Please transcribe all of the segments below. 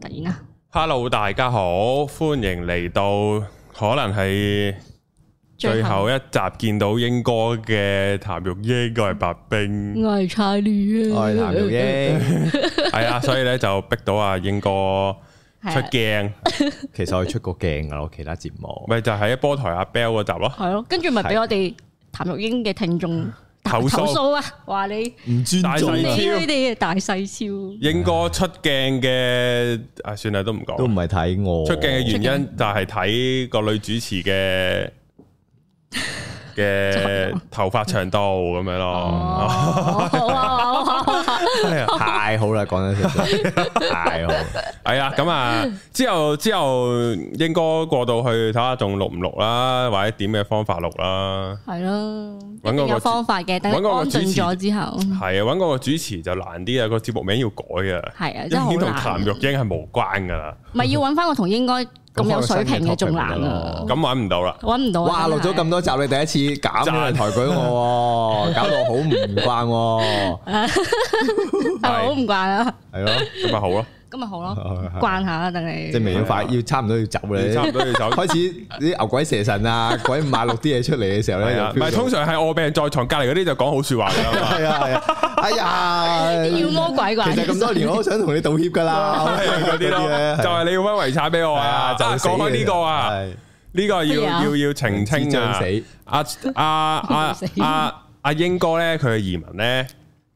突然啊， Hello，大家好，歡迎嚟到可能係最後一集見到英哥嘅譚玉英，我係白 冰，我係差女啊，我係譚耀 Ừ, 英，係啊，所以咧就逼到阿英哥出係啊，鏡，其實我出過鏡噶咯，其他節目咪就喺波台阿 Bell 嗰集咯，係咯，跟住咪俾我哋譚玉英嘅聽眾投訴訴啊，話你唔尊啊大細你超佢哋大細超。英哥出鏡嘅啊，算啦，都唔都唔講。係睇我出鏡嘅原因就係睇個女主持 嘅嘅頭髮長度咁樣咯。哦，好啊好啊，係啊。太好啦，講得實在太好啦，系 啊，咁啊，之後之後應該過到去睇下仲錄唔錄啦，或者點嘅方法錄啦。係咯，一搵個定有主方法嘅，等搵你個安主持頓咗之後，係啊，揾個主持就難啲啊，個節目名要改啊。係啊已真係好經同譚難玉英係無關噶啦，咪要揾翻個同應該咁有水平嘅仲難啊，咁揾唔到啦。揾唔到啊。哇！錄真咗係咁多集，你第一次減咗人抬舉我喎，搞到我好唔慣喎，係好唔慣啊，係咯，咁咪好 咯，咁咪好咯，係係慣下啦，等你即係明顯快要差唔多要走差唔啦。多要走。開始啲牛鬼蛇神啊，鬼五馬六啲嘢出嚟嘅時候咧，係就啊，唔係 feel 到通常係卧病在床隔離嗰啲就講好说話 㗎啦嘛。係啊係啊，哎呀，妖魔鬼怪。其實咁多年我都想同你道歉噶啦，係啊嗰啲 Dạ, 咯，就係你要分遺產俾我係啊！就講開呢個啊，係呢個要乜嘢啊要要澄清啊！死 阿阿阿死阿阿英哥咧，佢嘅移民咧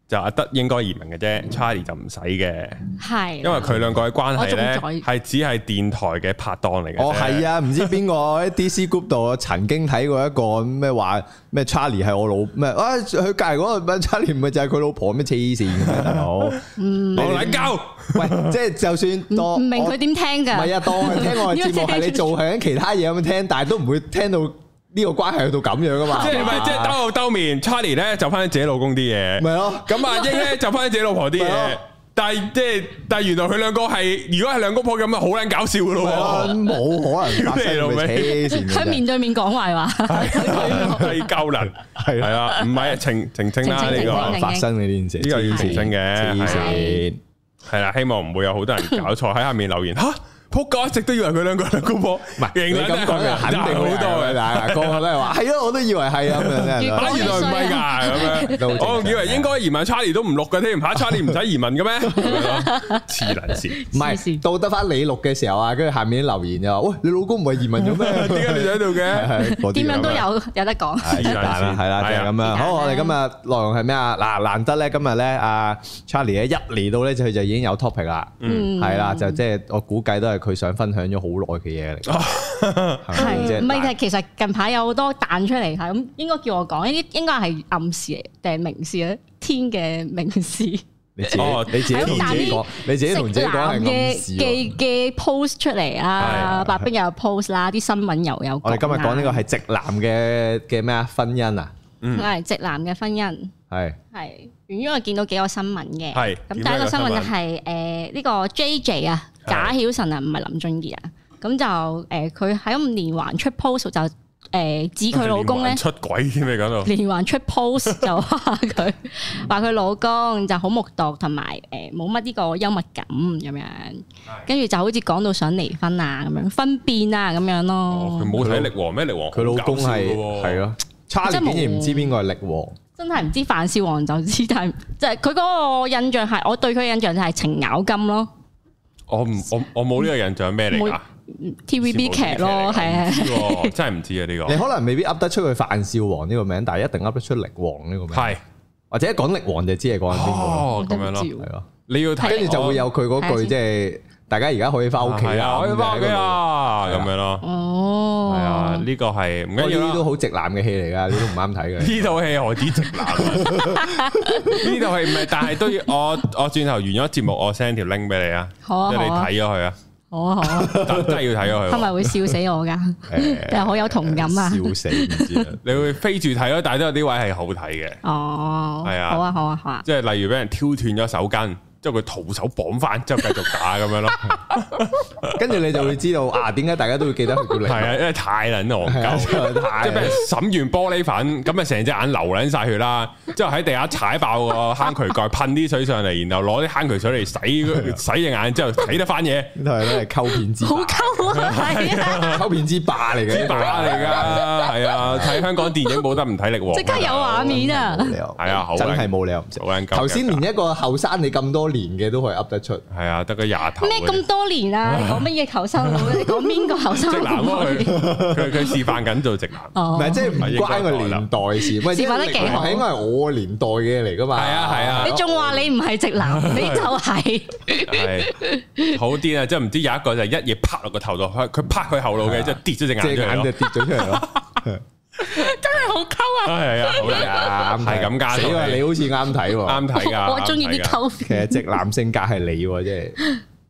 就阿德英哥移民嘅嗯啫，Charlie 就唔使嘅，係，因為佢兩個嘅關係咧嗯我仲在係只係電台嘅拍檔嚟嘅啫。哦，係啊， 啊，唔知邊個喺 DC Group 度我曾經睇過一個咩話咩 Charlie 係我老咩啊，佢隔離嗰個咩 Charlie 咪就係佢老婆咩黐線嘅 大佬。我嚟交喂，即係就算嗯唔當明佢點聽我唔係㗎，啊，當 佢聽我嘅節目係你做緊其他嘢咁聽，但係都唔會聽到呢個關係去到咁樣噶嘛。即係係咪即係兜口兜面？Charlie 咧就翻自己老公啲嘢，咪咯？咁阿英 咧就翻自己老婆啲咪嘢咯。但係即係，但係原來佢兩個係，如果係兩公婆咁啊，好撚搞笑噶咪咯咯冇可能發生屌你老嘅味黐線嘅佢面啫。對面講壞話， 喎， 係夠能，係係啊，唔係澄澄清啦澄清呢呢個個澄。清發生嘅呢件事，呢個要澄清嘅黐係啊線。系啦，希望唔會有好多人搞錯喺下面留 言吓，仆街一直都以為佢兩個兩公婆，唔唔係你咁講嘅，肯定好多嘅，嗱，個個都 係話係啊，我都以為係啊咁樣真越係啊講原來唔係㗎都咁好樣，正常我仲以為應該移民 Charlie 都唔錄嘅添，吓 Charlie 唔使移民嘅 咩？咁樣咯黐撚線，唔黐線係到得翻你錄嘅時候啊，跟住下面啲留言就話：喂，你老公唔係移民 咗咩？點解你喺度嘅？係點樣都係有有得講。是但啦，係啦，就係咁係啊樣。好，我哋是今日內容係咩啊？嗱，難得咧，今日咧，阿 Charlie 咧一嚟到咧，就佢就已經有 topic 啦，嗯係啦，就即係我估計都係佢想分享咗好耐嘅嘢嚟，係，唔係但係啊咪即係其實近排有好多彈出嚟，係咁應該叫我講，呢啲應該係暗示嚟定係明示咧？天嘅明示，你自己哦你自己同自係己咁講，你自己同自己講男係暗嘅示喎。嘅嘅 post 出嚟啊，係白冰又有 post 啦，啲新聞又有。我哋今日講呢個係直男嘅嘅咩啊？婚姻啊，嗯係直男嘅婚姻。係係，源於我見到幾個新聞嘅，係咁第點一樣個嘅新新聞聞係誒呢個 J J 啊，係賈曉晨啊，唔係林俊傑啊，咁就誒佢喺咁連環出 post 就誒指佢老 公咧連環。出軌添，你講到哦連環出 post 就話 佢話佢老公就好木獨，同埋誒冇乜呢個幽默感咁樣，跟住就好似講到想離婚啊咁樣，分辨啊咁樣咯哦佢，冇睇力王咩？力王佢老公係係係咯真係，Charlie 冇竟然唔知邊個係力王，哦真係唔知范少皇就知，但係即係佢嗰個印象係我對佢嘅印象就係程咬金咯。我唔我我冇呢個印象咩嚟㗎 TVB 劇咯，係啊，係啊，真係唔知啊你呢可能未必噏得出佢范少王呢個名，但係一定噏得出力王呢個個名，係或者一講力王就知係講緊邊個咯，哦咁樣咯，係咯，你要睇跟住就會有佢嗰睇下句先即係大家而家可以翻屋企係啊，啊，我要翻屋企啊咁咁樣樣咯，係啊，哦，呢個係唔咁樣，緊呢要啲啦都。好直男嘅戲嚟㗎，你都唔啱睇 嘅。呢套戲何止直男啊？呢 套戲唔係，但係都要我我轉頭完咗節目，我 send 條 link 俾你啊，好啊即係你好啊睇咗 佢啊，好啊好啊，真真係要睇咗係佢喎。咪會笑死我㗎？誒 但係好有同感啊 笑死唔知啊！你會飛住睇咯，但係都有啲位係好睇嘅，哦，係啊好啊好啊好啊，即係例如俾人挑斷咗手筋，之後佢徒手綁翻，之後繼續打咁樣咯。跟住你就會知道啊，點解大家都會記得佢叫系零？啊，因為太撚戇係啊鳩。真係即係俾太人審完玻璃粉，咁咪啊成隻眼流撚晒血啦，之後喺地下踩爆 個坑渠蓋，噴啲水上嚟，然後攞啲坑渠水嚟洗洗隻眼，之後睇得翻嘢，係咧，溝片之好霸溝 啊，係啊，溝片之霸嚟嘅，啲把嚟㗎，係啊，睇香港電影冇得唔睇力王㗎，即刻有畫面 啊！冇理由，係啊好真撚係冇理由唔識好。撚鳩嘅頭先連一個後生你咁多年嘅都可以噏得出，係啊，得個廿頭咩嗰啲咁多年 啊？你講乜嘢求生佬？你講邊個求生直男佬咯，？ 佢佢佢示範緊做直男，唔哦，係即係唔關個唔係應該年代事，喂，示範得幾好係應該係我年代嘅嚟㗎嘛？係啊係啊你仲話你唔係直男， 你就係係好癲啊！即係唔知有一個就係一嘢拍落個頭度，佢佢拍佢後腦嘅，即係跌咗隻眼隻出眼嚟咯，就跌咗出嚟咯。真係好溝係啊，好係撚啊啱 睇係咁加死啦！你好似啱睇喎。啱睇啊！㗎，我中意啱睇啲㗎溝其實直男性格係你喎，即係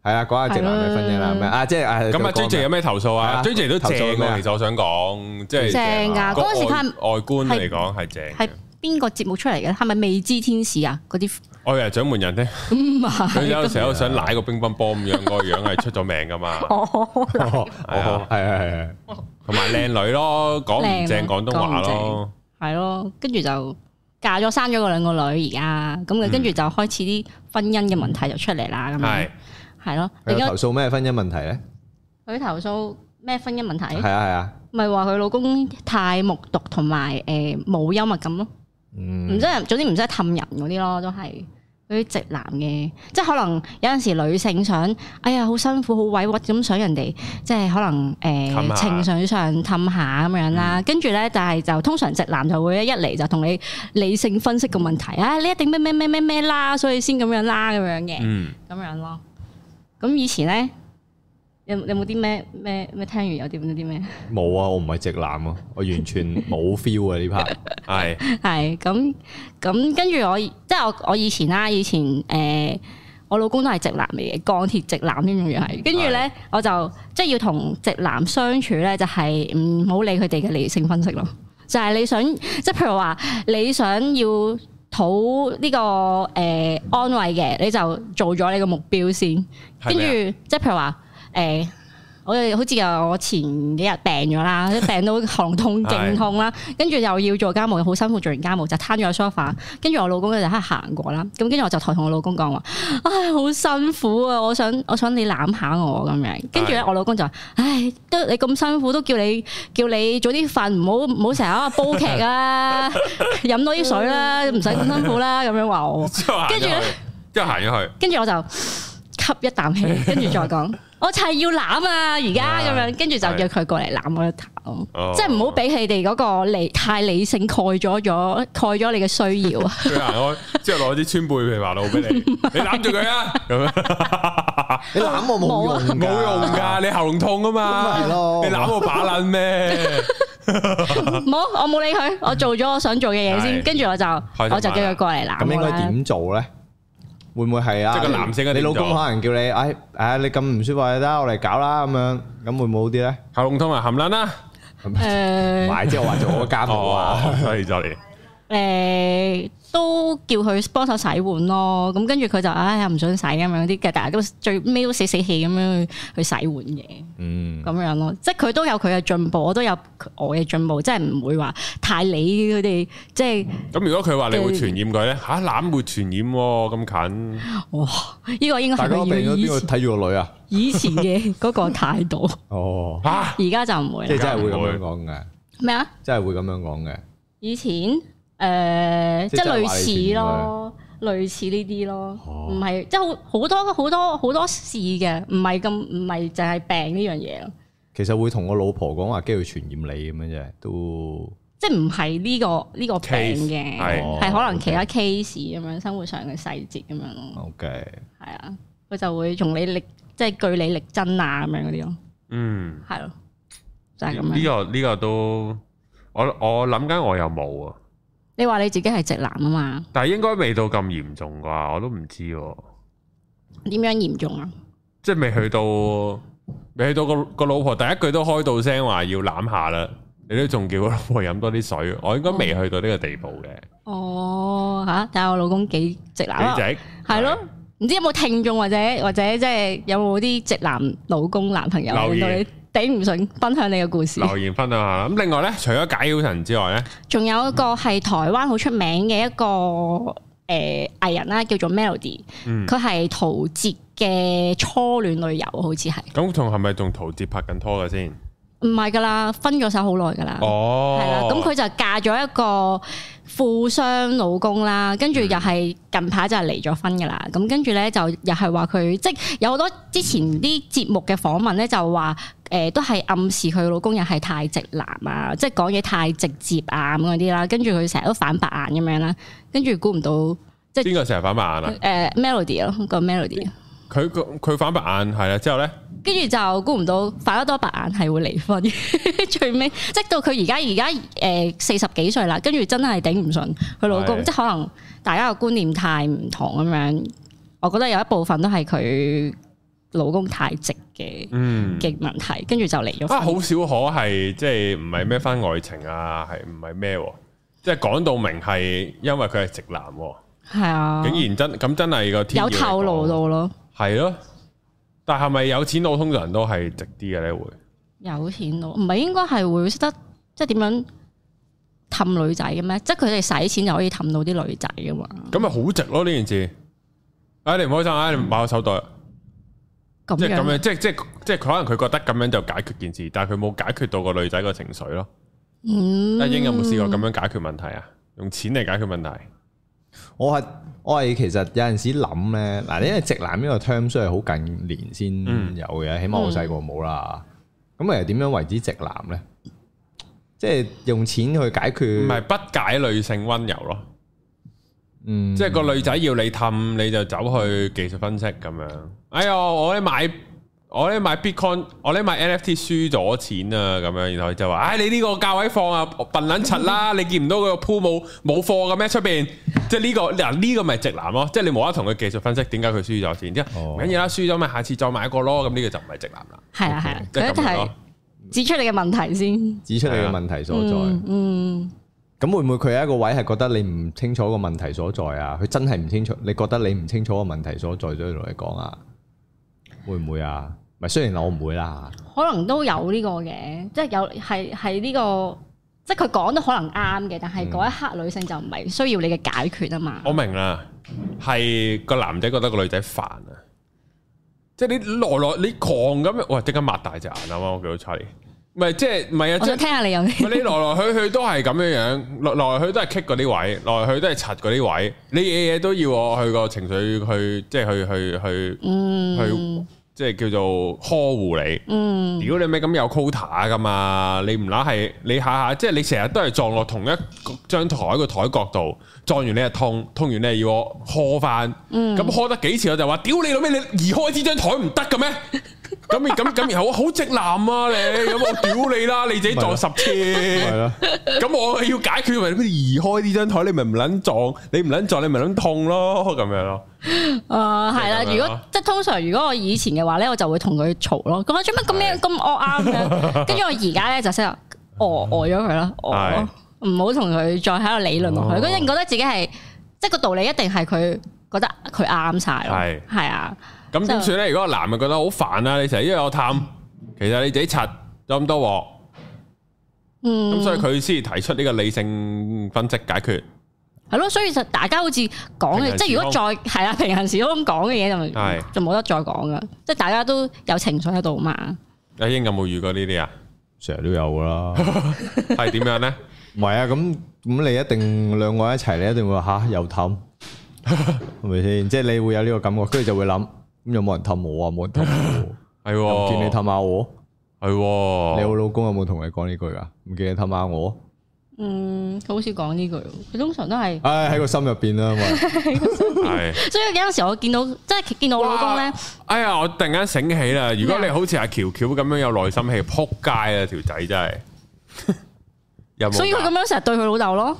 係啊，講下直男嘅婚姻啦，係咩啦啊，即係啊咁啊繼，J 續講 J 有咩投訴係啊啊？J J 都正投訴咩啊喎，其實我想講，即係正㗎啊個嗰陣時外佢外觀嚟講係正嘅係。邊個節目出嚟嘅？係咪未知天使啊？嗰啲嗯我以為掌門人咧，唔 佢係有時候想舐個乒乓波咁樣，個樣係出咗 名噶嘛。哦，哦哦，係係係，同埋靚女咯，講唔靚正咯廣東話咯，係咯，跟住就嫁咗生咗個兩個女而家，咁嘅跟住就開始啲婚姻嘅問題就出嚟啦，咁樣係係咯。佢而有家投訴咩婚姻問題咧？佢投訴咩婚姻問題？係啊係啊，咪話佢老公太木獨同埋誒冇幽默感咯。唔嗯知，係，總之唔知係氹人嗰啲咯，都係嗰啲直男嘅，即係可能有陣時女性想，哎呀好辛苦好委屈咁想人哋，即係可能誒、呃氹下嗯情緒上氹下咁樣啦，跟住咧但係就通常直男就會一嚟就同你理性分析個問題，啊你一定咩咩咩咩咩啦，所以先咁樣啦咁樣嘅，咁、嗯，樣咯。咁以前咧有有冇啲咩咩咩聽完有啲啲咩？冇啊，我唔係直男啊，我完全冇 feel 啊呢 part，係係咁咁，跟住我即係我我以前啦，以前誒、呃我老公都係直男嚟嘅，鋼鐵直男添，仲要係。跟住咧，我就即係要同直男相處咧，就係唔好理佢哋嘅理性分析咯。就係、你想，即係譬如話你想要討呢、個誒、呃安慰嘅，你就做咗你個目標先。跟係住咪啊即係譬如話誒、我哋好似又我前幾日病咗 啦，即係病到喉嚨痛勁痛啦，跟住又要做家務，好辛苦做完家務就攤咗喺 sofa，跟住我老公佢就喺度行過啦，咁跟住我就同同我老公講話，唉好辛苦啊，我想我想你攬下我咁樣，跟住咧係我老公就話，唉都你咁辛苦都叫你叫你早啲瞓，唔好唔好成日喺度煲劇 啊，飲多啲水啦，唔使咁辛苦啦，咁樣話我。之後行跟咗住呢去，之後行咗去，跟住我就 吸一啖氣，跟住再講，我就係要攬啊！而家咁樣，跟住就約佢過嚟攬我一啖，哦即係唔好俾佢哋嗰個理太理性蓋咗咗蓋咗你嘅需要啊！ 佢行開，之後攞啲川貝枇杷露俾 你，你攬住佢啊，咁樣你攬我冇用㗎，冇用㗎，你喉嚨痛啊嘛，咁咪係咯你攬我把撚咩？冇，我冇理佢，我做咗我想做嘅嘢先，係跟住我就心我就叫佢過嚟攬咁應我該啦。點做咧？會唔會係啊？即係個男性應該你點老做公可能叫你，唉唉，你咁唔舒服就得，我嚟搞啦咁樣，咁會唔會好啲咧？喉嚨痛啊，含撚啦，唔誒係，即係我話做我家務 啊。哦，sorry sorry，誒，都叫佢幫手洗碗咯。咁跟住佢就唉唔想洗咁樣啲嘅，但係都最尾都死死氣咁樣去去洗碗嘅。嗯，咁樣咯，即係佢都有佢嘅進步，我都有我嘅進步，即係唔會話太理佢哋，即嗯係咁如果佢話你會傳染佢咧， 吓攬會傳染喎，咁近。哇！呢、個應該大係家佢病咗要以邊個前睇住個女啊？以前嘅嗰個態 度，哦，啊，而家就唔會即係啦。真係會咁樣講嘅，咩啊？真係會咁樣講嘅。以前誒、即係即係真係類話似咯，類似呢啲咯哦，唔係、即係好好多好多好多事嘅，唔係咁唔係就係病呢樣嘢咯，其實會同我老婆講話，機會傳染你咁樣啫，都即係唔係呢個呢、個病 Case，嘅，係係可能其他哦 case 咁樣生活上嘅細節咁樣咯。 OK。係啊，佢就會同你力，即係據理力爭啊咁樣嗰啲咯，嗯，係咯，就係咁呢樣。個呢個都，我我諗緊我又冇啊，你話你自己係直男啊嘛？但係應該未到咁嚴重啩，我都唔知喎，點樣嚴重啊？即係未去到，未去到個個老婆第一句都開到聲話要攬下啦，你都仲叫個老婆飲多啲水，我應哦該未去到呢個地步嘅，哦，吓，睇下我老公幾直男啊幾？直係咯，唔知有冇聽眾或者或者即係有冇啲直男老公男朋友留令言到你頂唔順，分享你嘅故事？留言分享下啦。咁另外咧，除咗解曉神之外咧，仲有一個係台灣好出名嘅一個誒藝人啦，叫做 Melody，嗯佢係陶喆嘅初戀女友，好似係咁仲係咪仲陶喆拍緊拖嘅先？唔係㗎啦？分咗手好耐㗎啦，哦，啊係啦、咁佢就嫁咗一個富商老公啦，跟住又係近排就係離咗婚㗎啦。咁跟住咧就又係話佢即係有好多之前啲節目嘅訪問咧就話。誒、都係暗示佢老公又係太直男啊，即係講嘢太直接啊咁嗰啲啦，跟住佢成日都反白眼咁樣啦，跟住估唔到邊個成日反白眼啊？誒、melody 咯個 melody，佢佢佢反白眼係啦，之後咧，跟住就估唔到反得多白眼係會離婚， 最尾即到佢而家而家誒四十幾歲啦，跟住真係頂唔順佢老公，係即可能大家嘅觀念太唔同咁樣，我覺得有一部分都係佢老公太直嘅嗯。嘅問題，跟住就離咗啊，婚。好少可係即係唔係咩翻愛情啊，係唔係咩喎？即係講到明係因為佢係直男喎，係啊，竟然真咁真係個天有意嚟講透露到咯，係咯。但係咪有錢佬通常都係直啲嘅咧？會有錢佬唔係應該係會識得即係點樣氹女仔嘅咩？即係佢哋使錢就可以氹到啲女仔噶嘛？咁咪好直咯呢件事。唉，你唔開心，唉，你買我手袋，咁啊即係樣咁樣，即係即係即係可能佢覺得咁樣就解決件事，但係佢冇解決到個女仔個情緒咯。嗯阿英有冇試過咁樣解決問題啊？用錢嚟解決問題，我係我係其實有陣時諗咧，嗱，因為直男呢個 term 雖然好近年先嗯有嘅，起碼我細個冇啦。咁誒點樣為之直男咧？即係用錢去解決，唔係不解女性温柔咯。嗯，即係個女仔要你氹，你就走去技術分析咁樣。哎呀，我咧買我咧買 Bitcoin，我咧買 NFT 輸咗錢啊咁樣，然後佢就話：，唉、你呢個價位放啊，笨撚柒 啦！你見唔到佢個鋪冇冇貨嘅咩？出邊即係呢、個嗱呢、個咪直男咯，即係你無啦啦同佢技術分析點解佢輸咗錢，之後哦唔緊要啦，輸咗咪下次再買一個咯。咁呢個就唔係直男啦，係啊係啊，即佢係一咁樣係咯。指出你嘅問題先。指出你嘅問題所在。嗯嗯，咁會唔會佢有一個位係覺得你唔清楚個問題所在啊？佢真係唔清楚，你覺得你唔清楚個問題所在，所以同你講啊？會唔會啊？咪雖然我唔會啦，可能都有呢個嘅，即係有係係呢個，即係佢講得可能啱嘅，但嗯係嗰一刻女性就唔係需要你嘅解決啊嘛。我明啦，係個男仔覺得個女仔煩啊，即係你來來你狂咁樣，哇！即刻擘大隻眼啱啱我見到 Charlie，唔係即係唔係啊，我即想係聽下你有唔啲係你來來去去都係咁樣樣，來來去去都係棘嗰啲位，來來去去都係柒嗰啲位，你嘢嘢都要我去個情緒去，即係去去去嗯即係叫做呵護你。嗯屌你咩咁有 quota 噶嘛？你唔乸係你下下，即係你成日都係撞落同一張台個台角度，撞完你係痛，痛完你係要我呵翻，咁呵得幾次我就話：屌你老味，你移開呢張台唔得嘅咩？咁咁咁，然後我好直男啊你，咁我屌你啦，你自己撞十次。係咯，啊咁我要解決咪移開呢張台，你咪唔撚撞，你唔撚撞，你咪撚痛咯，咁樣咯。啊係啦，就係咁樣如果咯即係通常如果我以前嘅話咧，我就會同佢嘈咯，咁我啊做乜咁樣咁惡啱嘅， 跟住我而家咧就識話哦嗯呆咗佢啦，哦唔好同佢再喺度理論落去，哦嗰陣覺得自己係即係個道理一定係佢覺得佢啱晒咯係，係啊，咁點算咧？如果個男嘅覺得好煩啊，你成日因為我探，其實你自己柒有咁多鑊。嗯，咁所以佢先提出呢個理性分析解決，係咯，所以就大家好似講平嘅，行即係如果時再係啊平行時空咁講嘅嘢係就就冇得再講噶，即係大家都有情緒喺度嘛。阿英有冇遇過呢啲啊？成日都有啦。係點樣 呢？唔係啊，咁咁你一定兩個一齊，你一定會話吓又氹，係咪先？即係你會有呢個感覺，跟住就會諗，咁有冇人氹我啊？冇人氹我，哦係又唔喎，見你氹下我。係喎，你我老公有冇同你講呢句噶？唔見你氹下我，嗯，佢好少講呢句，佢通常都係，唉喺個心入邊啦 啊嘛。係。所以有陣時我見到即係見到我老公咧，哎呀，我突然間醒起 啦，如果你咩啊好似阿喬喬咁樣有內心戲，撲街啊條仔真 係。有冇㗎？所以佢咁樣成日對佢老豆咯，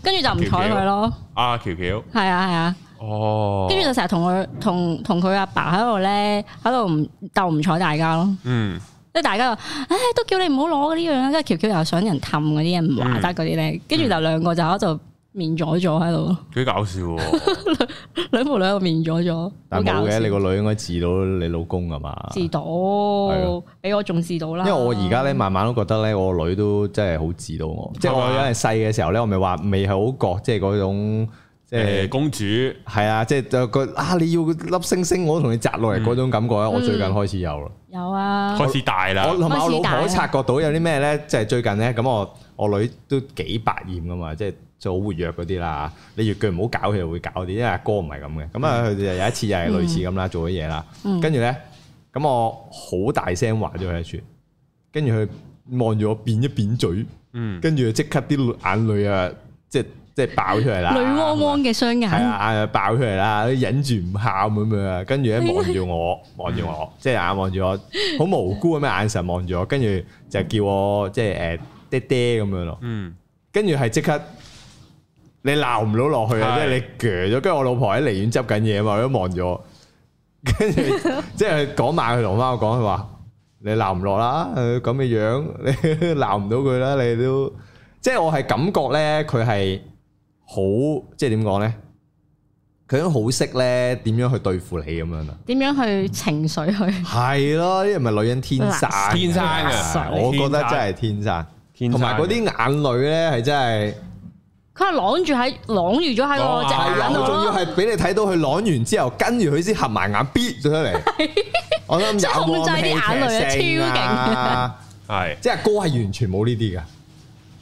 跟住就唔睬佢咯，啊喬喬，係啊係啊，哦，跟住就成日同佢同同佢阿爸喺度咧，喺度唔鬥唔睬大家咯。嗯，即係大家就，唉，嗯都叫你唔好攞呢樣啦，跟住喬喬又想人氹嗰啲人唔話得嗰啲咧，跟住就兩個就喺度面咗咗喺度，幾搞笑 喎！兩母兩個面咗咗，但好冇搞嘅，笑你個女應該治到你老公噶嘛？治到啊，俾我仲治到啦。因為我而家咧，慢慢都覺得咧，我個女都真係好治到我。即係我有陣細嘅時候咧，我咪話未係好覺，即係嗰種即誒，係公主係啊，即係就個啊，你要粒星星，我同你摘落嚟嗰種感覺咧，啊我最近開始有啦。有啊，開始大啦我，同埋我嗯開老始大婆啦都察覺到有啲咩咧，就係最近咧，咁我我女都幾百厭噶嘛，即係做好活躍嗰啲啦。你越佢唔好搞，佢就會搞啲，因為阿哥唔係咁嘅。咁嗯啊，佢就有一次又係類似咁啦，做咗嘢啦，跟住咧，咁我好大聲話咗佢一串，跟住佢望住我扁一扁嘴，嗯，跟住即刻啲眼淚啊，即係即係爆出嚟啦，淚汪汪嘅雙啊眼，係啊，眼就爆出嚟啦，忍住唔喊咁樣啊，跟住咧望住我，望住我，即係啊眼望住我，好無辜咁嘅眼神望住我，跟住就叫我即係誒爹爹咁樣咯，嗯，跟住係即刻你鬧唔到落去係啊，即係你鋸咗，跟住我老婆喺離遠執緊嘢嘛，佢都望住我，跟住即係佢嗰晚佢同翻我講，佢話你鬧唔落啦，佢咁嘅樣，你鬧唔到佢啦，你都即係我係感覺咧，佢係好即係點 講咧？佢都好識咧點樣去對付你咁樣啊！點樣去情緒去？係咯，呢啲咪女人天生嘅天生嘅我覺得真係天生，天生同埋嗰啲眼淚咧係真係。佢係擋住喺擋住咗喺我隻係啊係啊，眼我度仲要咯，係俾你睇到佢攞完之後，跟住佢先合埋眼逼咗出 嚟。我諗有冇咁戲劇性啊！係即係阿哥係完全冇呢啲噶，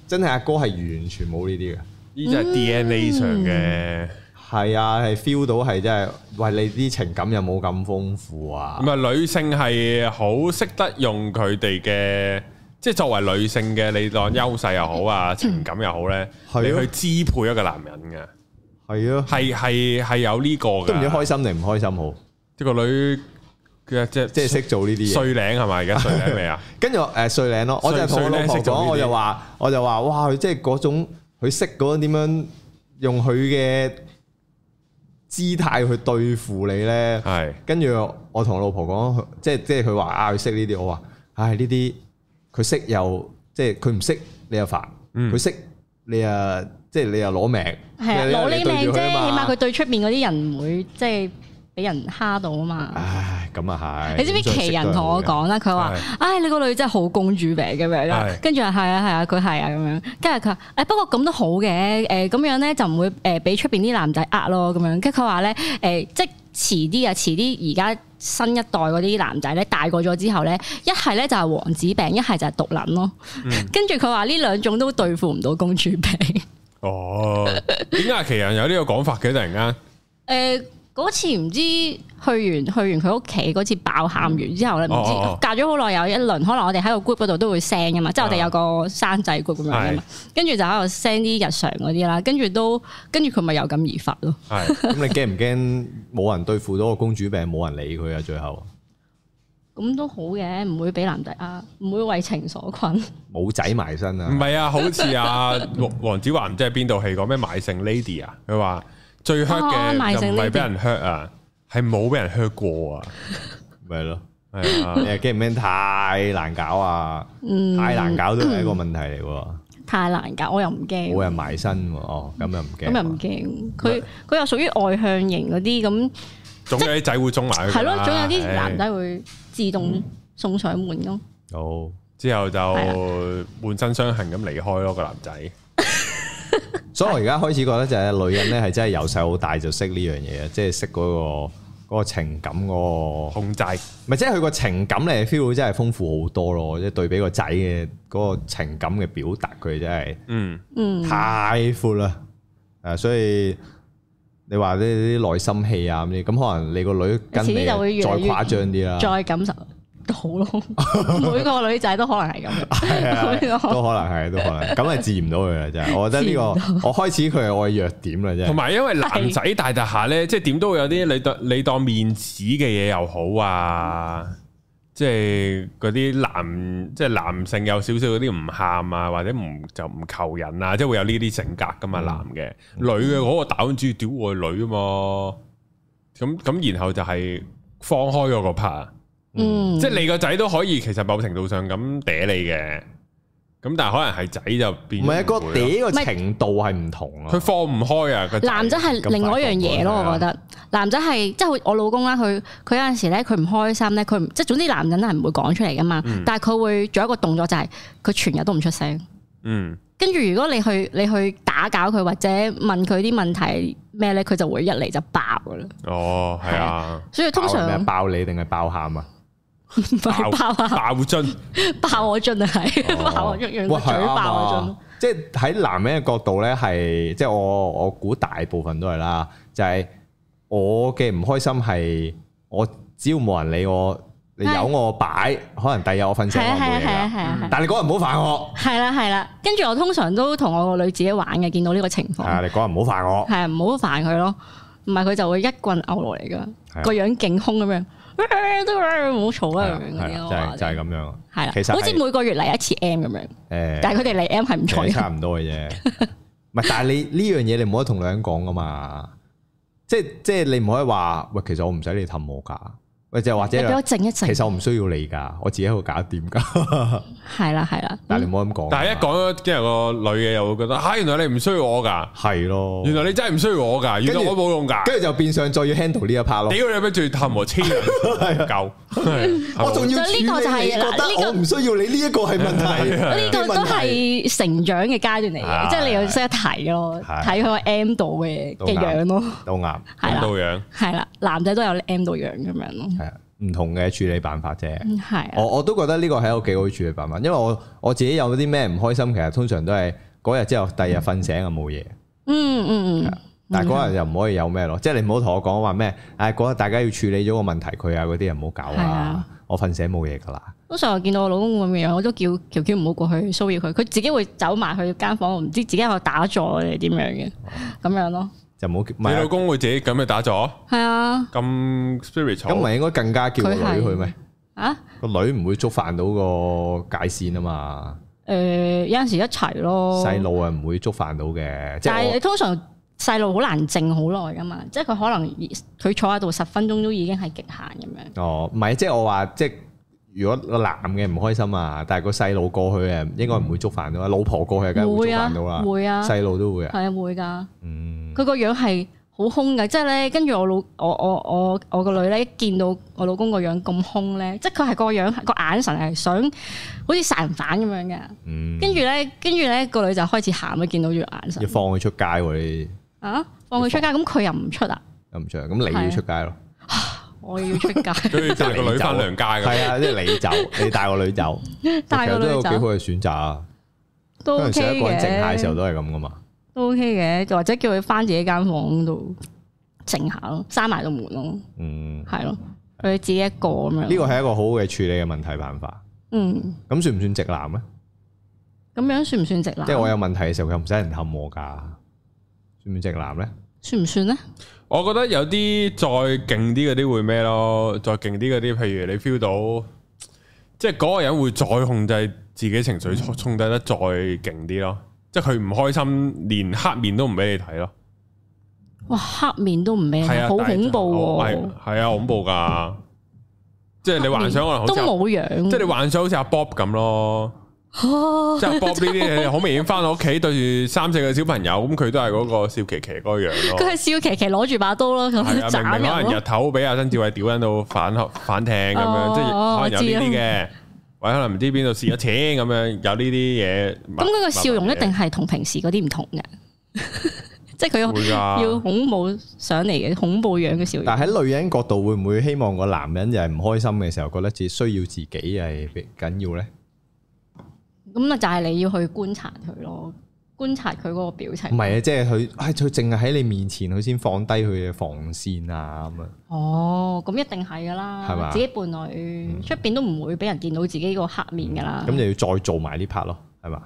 真係阿哥係完全冇呢啲噶。呢就係 DNA 上嗯嘅。係啊，係 feel 到係真係，喂你啲情感有冇咁豐富啊？咁啊，女性係好識得用佢哋嘅，即係作為女性嘅，你當優勢又好啊，情感又好咧，係啊你去支配一個男人嘅，係啊，係係係有呢個都唔知嘅。開心定唔開心好，即係個女嘅即係即係識做呢啲嘢。碎領係咪？而家碎領未啊？跟住我誒碎領咯，我就同我老碎婆領識做呢講，啲我就話我就話哇，佢即係嗰種佢識嗰種點樣用佢嘅姿態去對付你咧。係跟住我同我老婆講，即係即係佢話啊，佢識呢啲，我話唉呢啲佢識又即係佢唔識你又煩，嗯佢識你啊即係你又攞命，係啊，因為攞你你對命啫，住佢啊起嘛碼佢對出面嗰啲人唔會即係俾人蝦到啊嘛。唉咁啊係。你知唔知咁所以奇識人都係同好我嘅？講啦？佢話係：，唉，你個女真係好公主病咁樣啦係。跟住話係啊係啊，佢係啊咁樣。跟住佢話：，誒不過咁都好嘅，誒咁樣咧就唔會誒俾出邊啲男仔呃咯咁樣。跟住佢話咧，誒即係遲啲啊，遲啲而家新一代嗰啲男仔咧大個咗之後咧，一係咧就係王子病，一係就係毒撚咯。嗯 跟住佢話呢兩種都對付唔到公主病。哦，點解奇人有呢個講法嘅？突然間誒呃嗰次唔知去完去完佢屋企嗰次爆喊完之後咧，唔知哦哦哦隔咗好耐有一輪，可能我哋喺個 group 嗰度都會 send 噶嘛，即係我哋有個生仔 group 咁樣噶啊係嘛，跟住就喺度 send 啲日常嗰啲啦，跟住都跟住佢咪有感而發咯。係咁你驚唔驚冇人對付到個公主病，冇人理佢啊？最後咁都好嘅，唔會俾男仔啊，唔會為情所困。冇仔埋身啊唔！係啊？好似啊，黃黃子華唔知係邊度戲講咩買性 lady 啊？佢話最 hurt 哦嘅賣就剩唔係 lady 俾人 hurt 啊，係冇俾人 hurt 過啊，咪係咯。係啊你。係驚唔驚太難搞啊？太難搞都係一個問題嚟喎，嗯太難㗎，我又唔冇驚，啊人埋身喎，哦，咁又唔驚。咁又唔驚。佢佢又屬於外向型嗰啲，咁總有啲仔會中埋佢㗎係啦。咯，總有啲男唉嗯仔會自動送上門咯。好，之後就係啊滿身傷痕咁離開咯個男仔。所以我而家開始覺得就係女人咧係真係由細到大就識呢樣嘢，即係識嗰個嗰個情感嗰個，控制咪即係佢個情感你係 feel 到真係豐富好多咯，即係對比個仔嘅嗰個情感嘅表達，佢真係。嗯嗯，太闊啦，誒、所以你話呢啲內心戲啊咁啲，咁可能你個女跟你遲啲就會越再嚟越誇張啲啦，再感受到咯。每個女仔都可能係咁 係啊樣，每個都可能係，都可能，咁係治唔到佢啦，啊真係。我覺得呢、個 治我開始佢係我嘅弱點啦，同真係。埋因為男仔大大下咧，即係點都會有啲你當你當面子嘅嘢又好啊，即係嗰啲男即係男性有少少嗰啲唔喊啊，或者唔就唔求人啊，即係會有呢啲性格噶嘛，嗯男嘅女嘅嗰個打主意屌我女啊嘛，咁咁然後就係放開咗個 part 啊。嗯，即係你個仔都可以，其實某程度上咁嗲你嘅，咁但係可能係仔就變唔係啊，個會咯嗲個唔係程度係唔同啊。佢放唔開啊個男仔係另外一樣嘢咯，咁快我覺得男仔係即係好似我老公啦，佢佢有陣時咧，佢唔開心咧，佢唔即係總之男人係唔會講出嚟噶嘛，嗯但係佢會做一個動作就係、佢全日都唔出聲。嗯跟住如果你去你去打攪佢或者問佢啲問題咩咧，佢就會一嚟就爆噶啦。哦係啊，所以通爆係咩啊常爆你定係爆喊啊？唔係爆 啊，爆 樽爆我樽啊， 係哦爆我樽，用個哇，嘴係啱爆我樽啊。！即係喺男人嘅角度咧，係即係我我估大部分都係啦，就係、我嘅唔開心係我只要冇人理我，你係由我擺，可能第日我瞓醒係我啊係冇啊嘢係啊啦。係啊係啊但係你嗰日唔好煩我，係啦係啦，跟住我通常都同我個女自己玩嘅，見到呢個情係況。啊，你嗰日唔好煩我，係啊，唔好煩佢咯，唔係佢就會一棍拗落嚟係啊噶，個樣勁兇咁樣，唔好嘈啦咁樣嗰啲咯係啊係啊就係話就係咁係樣。啦，其實係好似每個月嚟一次 M 咁樣，誒，但係佢哋嚟 M 係唔其實睬差唔多嘅 啫。唔係，但係你呢樣嘢你唔可以同女人講噶嘛，即係即係你唔可以話喂，其實我唔使你氹我㗎，喂就或 你者俾我靜一其靜，實我唔需要你㗎，我自己喺度搞掂 㗎。係啦係啦，但係你唔好咁講。但係一講咗之後，個女嘅又會覺得吓，啊原來你唔需要我㗎，係咯，原來你真係唔需要我㗎，原來哦跟住我冇用㗎。跟住哦就變相再要 handle 呢一 part 咯。屌你咪仲要氹我黐人， 夠。我仲要處理就呢個就係你覺嗱呢得個我唔需要你呢一個係 問題。啊呢個都係成長嘅階段嚟係嘅，即係你又識得睇咯，啊睇係佢個 M 度嘅都嘅樣咯，都啱，係咁啦到樣，係啦，男仔都有 M 度樣咁樣咯，係啊唔同嘅處理辦法啫。嗯係啊，我我都覺得呢個係一個幾好處理辦法，因為我我自己有啲咩唔開心，其實通常都係嗰日之後，第二日瞓醒就冇嘢。嗯嗯嗯，但係嗰日又唔可以有咩咯，即係你唔好同我講話咩，誒嗰日大家要處理咗個問題佢啊嗰啲人唔好搞係啊啊，我瞓醒冇嘢㗎啦，通常我見到我老公咁嘅樣，我都叫喬喬唔好過去騷擾佢，佢自己會走埋去間房，我唔知自己喺度打坐定係點樣嘅，哦咁樣咯。就唔好叫。唔你係啊老公會自己咁去打坐，係啊，咁 spiritual。咁唔係應該更加叫個佢係女去咩？啊，個女唔會觸犯到個界線啊嘛，誒、有陣時一齊咯。細，路啊唔會觸犯到嘅，即但係係你通常細路好難靜好耐噶嘛，即係佢可能佢坐喺度十分鐘都已經係極限咁樣。我哦，唔係即係我話即係如果個男嘅唔開心啊，但係個細路過去啊，應該唔會觸犯到啊，老婆過去啊梗係會會觸啊犯到啦，，會啊，細路都會啊，係啊，會㗎。嗯，佢個樣係好兇嘅，即係咧，跟住我老我我我我個女咧，一見到我老公個樣咁兇咧，即係佢係個樣個眼神係想好似殺人犯咁樣嘅。嗯跟住咧，跟住咧個女就開始喊啦，見到住眼要神放佢出街喎，你啊，放佢出街，咁佢又唔出啊，又唔出，咁你要出街咯。我要 出街，佢要帶個女翻娘家咁。系啊，即系 你走，你帶個女走，帶個其實都有女幾好走嘅選擇啊。都嗰 OK 陣時一個人靜下嘅時候嘅，都係咁噶嘛。都 OK 嘅，或者叫佢翻自己間房度靜下咯，閂埋個門咯，嗯，係咯，佢自己一個咁樣。呢個係一個好嘅處理嘅問題辦法。嗯，咁算唔算直男咧？咁樣算唔算直男？啊即係我有問題嘅時候，佢又唔使人氹我㗎，算唔算直男咧？算唔算咧？我覺得有啲再勁啲嗰啲會咩咯？再勁啲嗰啲，譬如你 feel 到，即係嗰個人會再控制自己情緒，嗯控控制得再勁啲咯。即係佢唔開心，連黑面都唔俾你睇咯。哇，黑面都唔俾你係睇，啊，嗯好但係恐怖係喎！係啊，恐怖㗎。即係你幻想可啊能好嗯都似阿，冇樣，即係你幻想好似阿 Bob 咁咯。哦即係 Bob 呢啲嘢，好明顯翻到屋企對住三四個小朋友，咁佢都係嗰個笑騎騎嗰個樣佢咯。係笑騎騎攞住把刀咯，咁係啊，明斬明可人能咯日。頭俾阿曾志偉屌緊到反反艇咁樣，哦即係我可能有呢啲知嘅，或者可能唔知邊度蝕咗錢咁樣，有呢啲嘢。咁嗰個笑容一定慢係同平時嗰啲唔同嘅， 即係佢慢要會啊㗎要恐怖上嚟嘅恐怖樣嘅笑容但。係喺女人角度，會唔會希望個男人又係唔開心嘅時候，覺得自己需要自己係緊要咧？咁啊，就係你要去觀察佢咯，觀察佢嗰個表唔情。係啊，即係佢，唉，佢淨係喺你面前，佢先放低佢嘅防線啊咁啊。哦，咁一定係噶係嘛啦，自己伴嗯侶出邊都唔會俾人見到自己個黑面噶啦。咁就要再做埋呢 part 咯，係嘛？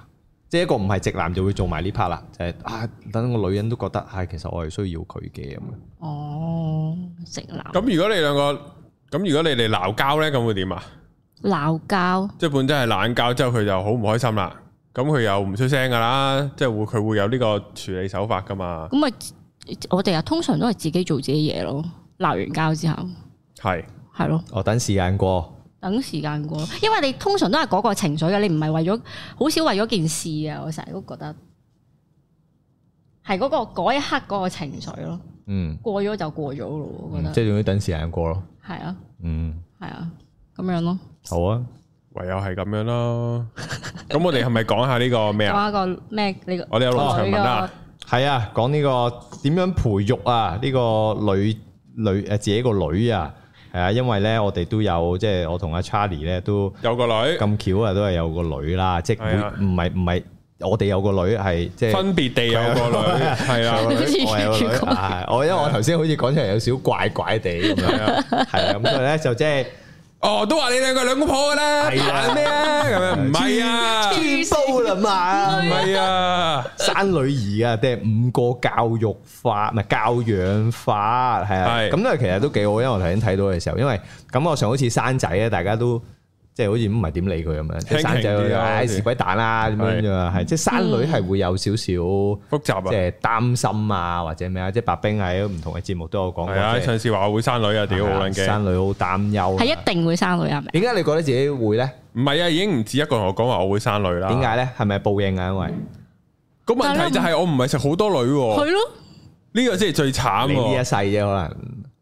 即係一個唔係直男就會做埋呢 part 啦，就係、啊，等個女人都覺得，唉、其實我係需要佢嘅咁樣。哦，直男咁如果你兩個，咁如果你哋鬧交咧，咁會點啊？鬧交，即係本身係冷交之後，佢就好唔開心啦。咁佢又唔出聲㗎啦，即係會佢會有呢個處理手法㗎嘛？咁咪我哋啊，通常都係自己做自己嘢咯。鬧完交之後，係。係咯，哦我等時間過，等時間過咯，因為你通常都係嗰個情緒嘅，你唔係為咗好少為咗件事啊！我成日都覺得係嗰、個嗰一刻嗰個情緒咯，嗯，過咗就過咗咯，我覺嗯得即係仲要等時間過咯，係啊嗯，係啊咁樣咯，好啊，唯有係咁樣咯。咁我哋係咪講下呢個咩講啊？一個咩你個我哋有農場女文啊個，係啊，講呢個點樣培育啊？呢個女女呃诶，自己個女啊，係啊，因為咧我哋都有，即係我同阿 Charlie 咧都。有個女咁巧啊，都係有個女啦，即係係啊每唔係唔係我哋有個女係即係。分別地有個女，係啊，有個女我有個女越講越啊我因為我頭先好似講出嚟有少少怪怪地咁樣，係啊，咁所以咧就即係哦，都話你兩個兩公婆噶啦，係啊扮咩啊？咁樣唔係啊，唔黐線煲啦嘛，係啊，生女兒啊，即係五個教育法，唔係教養法，係啊，係咁咧其實都幾好，因為我頭先睇到嘅時候，因為感覺上好似生仔咧，大家都即係好似唔係點理佢咁樣，即係生輕輕啲仔啊好唉似是鬼蛋啦咁樣啫嘛，係即係生女係會有少少。複雜即啊，係擔心啊，或者咩啊，即係白冰喺唔同嘅節目都有講過，係啊，即係上次話我會生女啊，屌好撚驚。生女好擔憂啊。係一定會生女人，點解你覺得自己會咧？唔係啊，已經唔止一個人同我講話我會生女啦。點？解咧？係咪報應啊？因為個問題就係我唔係食好多女喎，係咯，呢個先係最慘你呢一喎。世啫，可能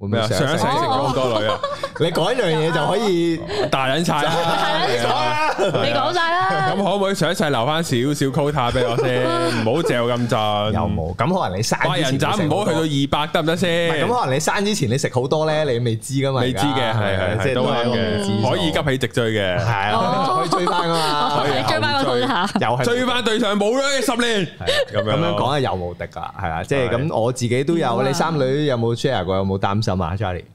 會唔咩會啊？上一世食世咗好多女啊，你講一樣嘢就可以大撚晒 啦。係啊，你講晒咁啦，可唔可以上一世留翻少少 quota 俾我 先？唔好嚼咁盡。又冇。咁可能你生八之前人斬唔好你食多去到二百得唔得唔先係？咁可能你生之前你食好多咧，你未知噶嘛？未知嘅，而家係係即係係都啱係嘅，可以急起直追嘅，係哦啊，可以追翻噶嘛？你追翻個肚下，又係追翻對上冇咗十年咁咁樣樣講係有無敵噶，係啊，即係係咁我自己都有。冇啊你三女有冇 share 過？有冇擔心啊，Charlie？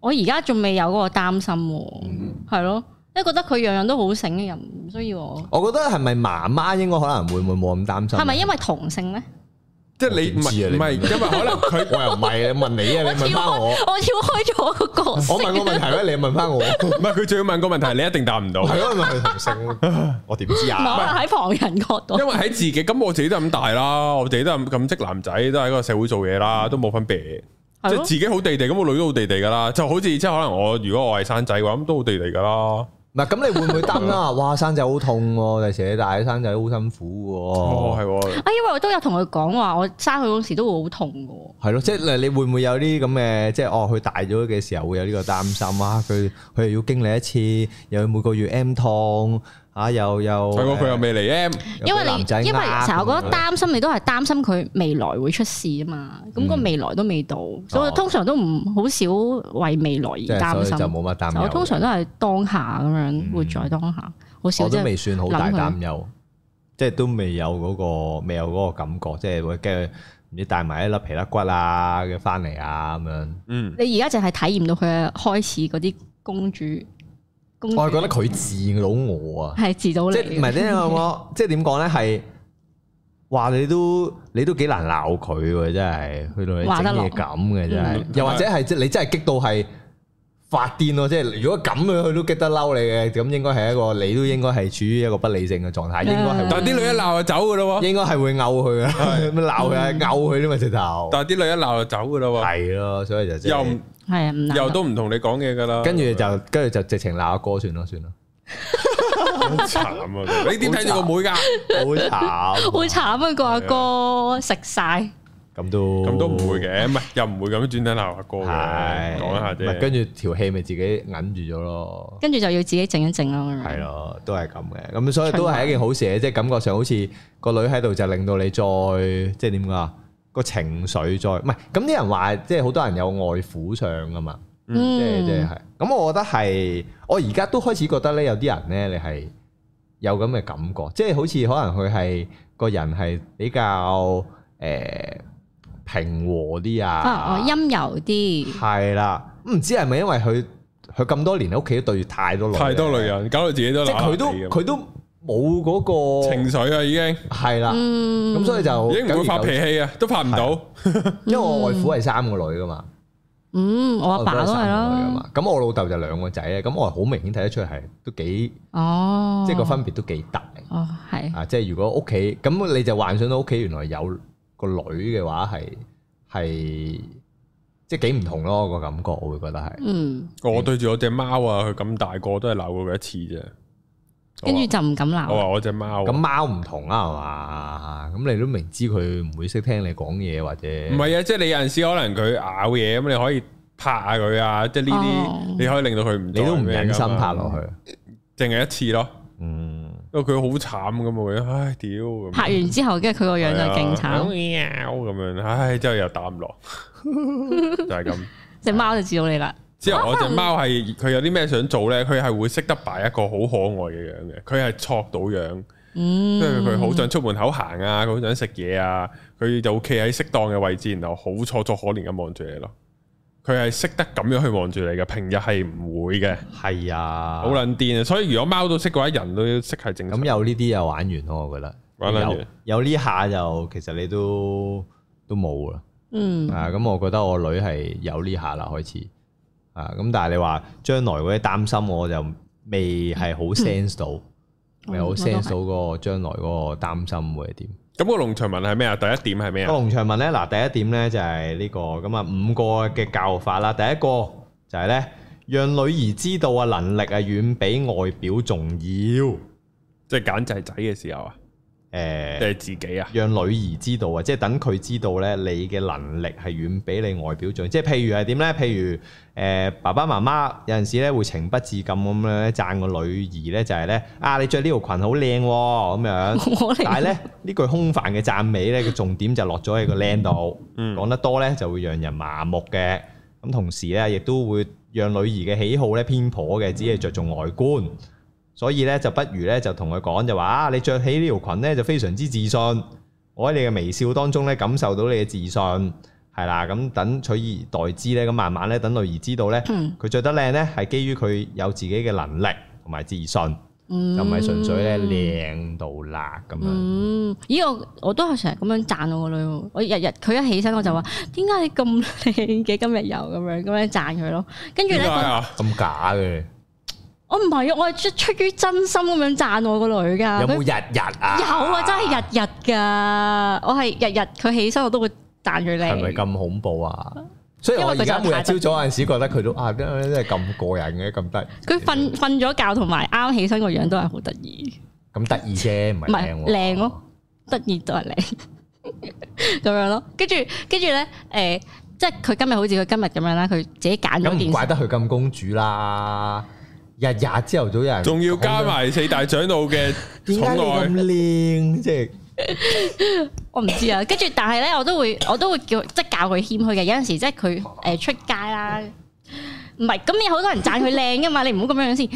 我而家仲未有嗰個擔心嗯喎，係咯，因為覺得佢樣樣都好醒嘅人，唔需要我。我覺得係咪媽媽應該可能會唔會冇咁擔心？係咪因為同性咧？即係你唔係我唔點知啊係，你因為可能 佢我又唔係你問你啊，你問翻 我，我跳開咗個角色。我 問個問題咧，你問翻我，係唔係佢仲要問個問題，你一定答唔到。咯，咪係同性，我點知唔係啊？可能喺旁人角度因。為喺自己咁，我自己都咁大啦，我自己都咁咁職男仔，都喺個社會做嘢啦，都冇分別。係即係咯自己好地地，咁個女都好地地噶啦。就好似即係可能我如果我係生仔嘅話，咁都好地地噶啦。唔係咁，你會唔會擔 心啊？哇，生仔好痛喎，第時你大生仔好辛哦，苦喎，係喎，啊，因為我都有同佢講話，我生佢嗰時都會好痛嘅喎。係咯，即係你會唔會有啲咁嘅，即係哦，佢大咗嘅時候會有呢個擔心啊？佢佢又要經歷一次，又要每個月 M 痛啊，又又佢個佢又未嚟 M，因為有個男仔你因為呃成日我覺咁樣得擔心，你都係擔心佢未來會出事啊嘛。咁個嗯未來都未到，所以我通常都唔好少為未來而即係所擔以心就。冇乜擔憂。嗯我通常都係當下咁樣活在當下，好少我即都係未算好大諗佢擔憂，即係都未有嗰、個未有嗰個感覺，即係會跟住唔知帶埋一粒皮甩骨啊嘅翻嚟啊咁樣。嗯，你而家淨係體驗到佢開始嗰啲公主，公主我係覺得佢治到我啊，係自到即你係唔係 呢個我即係點講咧係。話你都你都幾難鬧佢喎，真係去話到得你落整嘢咁嘅真係嗯，又或者係即係你真係激到係發癲咯，即係如果咁樣佢都激得嬲你嘅，咁應該係一個你都應該係處於一個不理性嘅狀態，應該係會嗯但係啲女一鬧就走噶咯喎， 應該係會拗佢啊，咁鬧佢啊，拗佢啲咪直頭，但係啲女一鬧就走噶咯喎，係咯，所以就即係又唔係啊，唔難又得都唔同你講嘢噶啦。跟住就跟住就直情鬧阿哥算咯 算咯，好慘啊！你點睇住個妹噶？好慘，好慘啊！個阿哥食晒，咁都咁都唔會，嘅，唔係又唔會咁專登鬧阿哥嘅，係講一下唔係啫。跟住條氣咪自己揞住咗咯，跟住就要自己整一整啦。咁樣係，咯，都係咁嘅，咁所以都係一件好事嘅，即係感覺上好似個女喺度就令到你再即係點講啊？個情緒再唔係咁啲人話，即係好多人有外苦相噶嘛。即係即係嗯，係，咁我覺得係，我而家都開始覺得咧，有啲人咧，你係有咁嘅感覺，即係好似可能佢係個人係比較誒、呃平和啲啊，我啊，陰柔啲，係啦，唔知係咪因為佢佢咁多年喺屋企都對住太多女，啊太多女，人，搞到自己都即係鬧佢人都哋咁佢都哦冇嗰、個情緒啊，已經係啦，嗯，咁、所以就已經唔會發久而久脾之，氣啊，都發唔到。因為我外父係三個女噶嘛。嗯，我阿爸都係啦，啦。咁我老豆就兩個仔咧，咁我好明顯睇得出係都幾，哦，即係個分別都幾大哦係，啊！即係如果屋企咁，你就幻想到屋企原來有個女嘅話係係即係幾唔同咯個感覺，我會覺得係。嗯，我對住我只貓啊，佢咁大個都係鬧過佢一次啫。跟住就唔敢我話鬧。我只貓咁啊，貓唔同啊，係嘛？咁你都明知佢唔會識聽你講嘢或者唔係啊，即係你有陣時可能佢咬嘢咁，你可以拍下佢啊，即係呢哦啲你可以令到佢唔你都唔忍心拍落去，去。淨係一次咯，嗯，因為佢好慘咁啊，佢唉屌咁拍完之後，跟住佢個樣就勁係啊慘，喵咁樣，唉之後又打 唔落，就係咁。只貓就知道你啦。之後我只貓係佢有啲咩想做咧，佢係會識得擺一個好可愛嘅樣嘅，佢係錯到樣，嗯，因為佢好想出門口行啊，佢好想食嘢啊，佢就企喺適當嘅位置，然後好楚楚可憐咁望住你咯。佢係識得咁樣去望住你嘅，平日係唔會嘅，係啊。好，撚癲啊！所以如果貓都識嘅話，人都識係正常咁。有呢啲又玩完咯，我覺得。玩撚完有有呢下就其實你都都冇啦。嗯，啊，咁我覺得我女係有呢下啦開始。啊，咁但係你話將來嗰啲擔心，我就未係好 sense 到，未好我都 sense 係到嗰個將來嗰個擔心會係點。咁個農場文係咩啊？第一點係咩個啊？農場文咧，嗱第一點咧就係呢、個咁啊五個嘅教育法啦。第一個就係咧，讓女兒知道啊能力啊遠比外表重要。即係揀仔仔嘅時候啊，誒、定係自己啊？讓女兒知道啊，即係等佢知道咧，你嘅能力係遠比你外表重要。即係譬如係點咧？譬如誒、呃爸爸媽媽有陣時咧會情不自禁咁樣咧讚個女兒咧，就係咧啊，你着呢條裙好靚喎咁樣。我但嚟。係咧呢句空泛嘅讚美咧，個重點就落咗喺個靚度，嗯講得多咧就會讓人麻木嘅。咁同時咧，亦都會讓女兒嘅喜好咧偏頗嗯嘅，只係着重外觀。所以咧，就不如咧就同佢講就話啊，你着起呢條裙咧就非常之自信，我喺你嘅微笑當中咧感受到你嘅自信，係啦。咁等取而代之咧，咁慢慢咧等女兒知道咧，嗯佢着得靚咧係基於佢有自己嘅能力同埋自信。嗯就唔係純粹咧。靚到辣咁樣。嗯，咦，我我都係成日咁樣讚我個女喎，我日日佢一起身我就話：點解你咁靚嘅？今日又咁樣咁樣讚佢咯。跟住點咧解，啊？咁假嘅，我唔係啊，我係出出於真心咁樣讚我個女㗎。有冇佢日日啊？有啊，真係日日㗎。我係日日佢起身我都會讚佢靚。係咪咁恐怖啊？所以我因為而佢就家每日太得朝早有陣時覺得佢都啊，真係咁過癮嘅，咁得佢瞓瞓咗覺同埋啱起身個樣都係好得意，咁得意啫，唔係唔係靚喎靚咯，得意都係靚 咁樣咯。跟住跟住咧，誒、即係佢今日好似佢今日咁樣啦，佢自己揀咗咁唔件怪事，得佢咁公主啦，日日朝頭早有人仲要加講埋四大長老嘅緊，點解你寵愛咁。靚？即係我唔知啊。跟住但係咧，我都會我都會叫即係教佢謙虛嘅。有陣時即係佢誒出街 啦。唔係，咁有好多人讚佢靚噶嘛，你唔好咁樣先，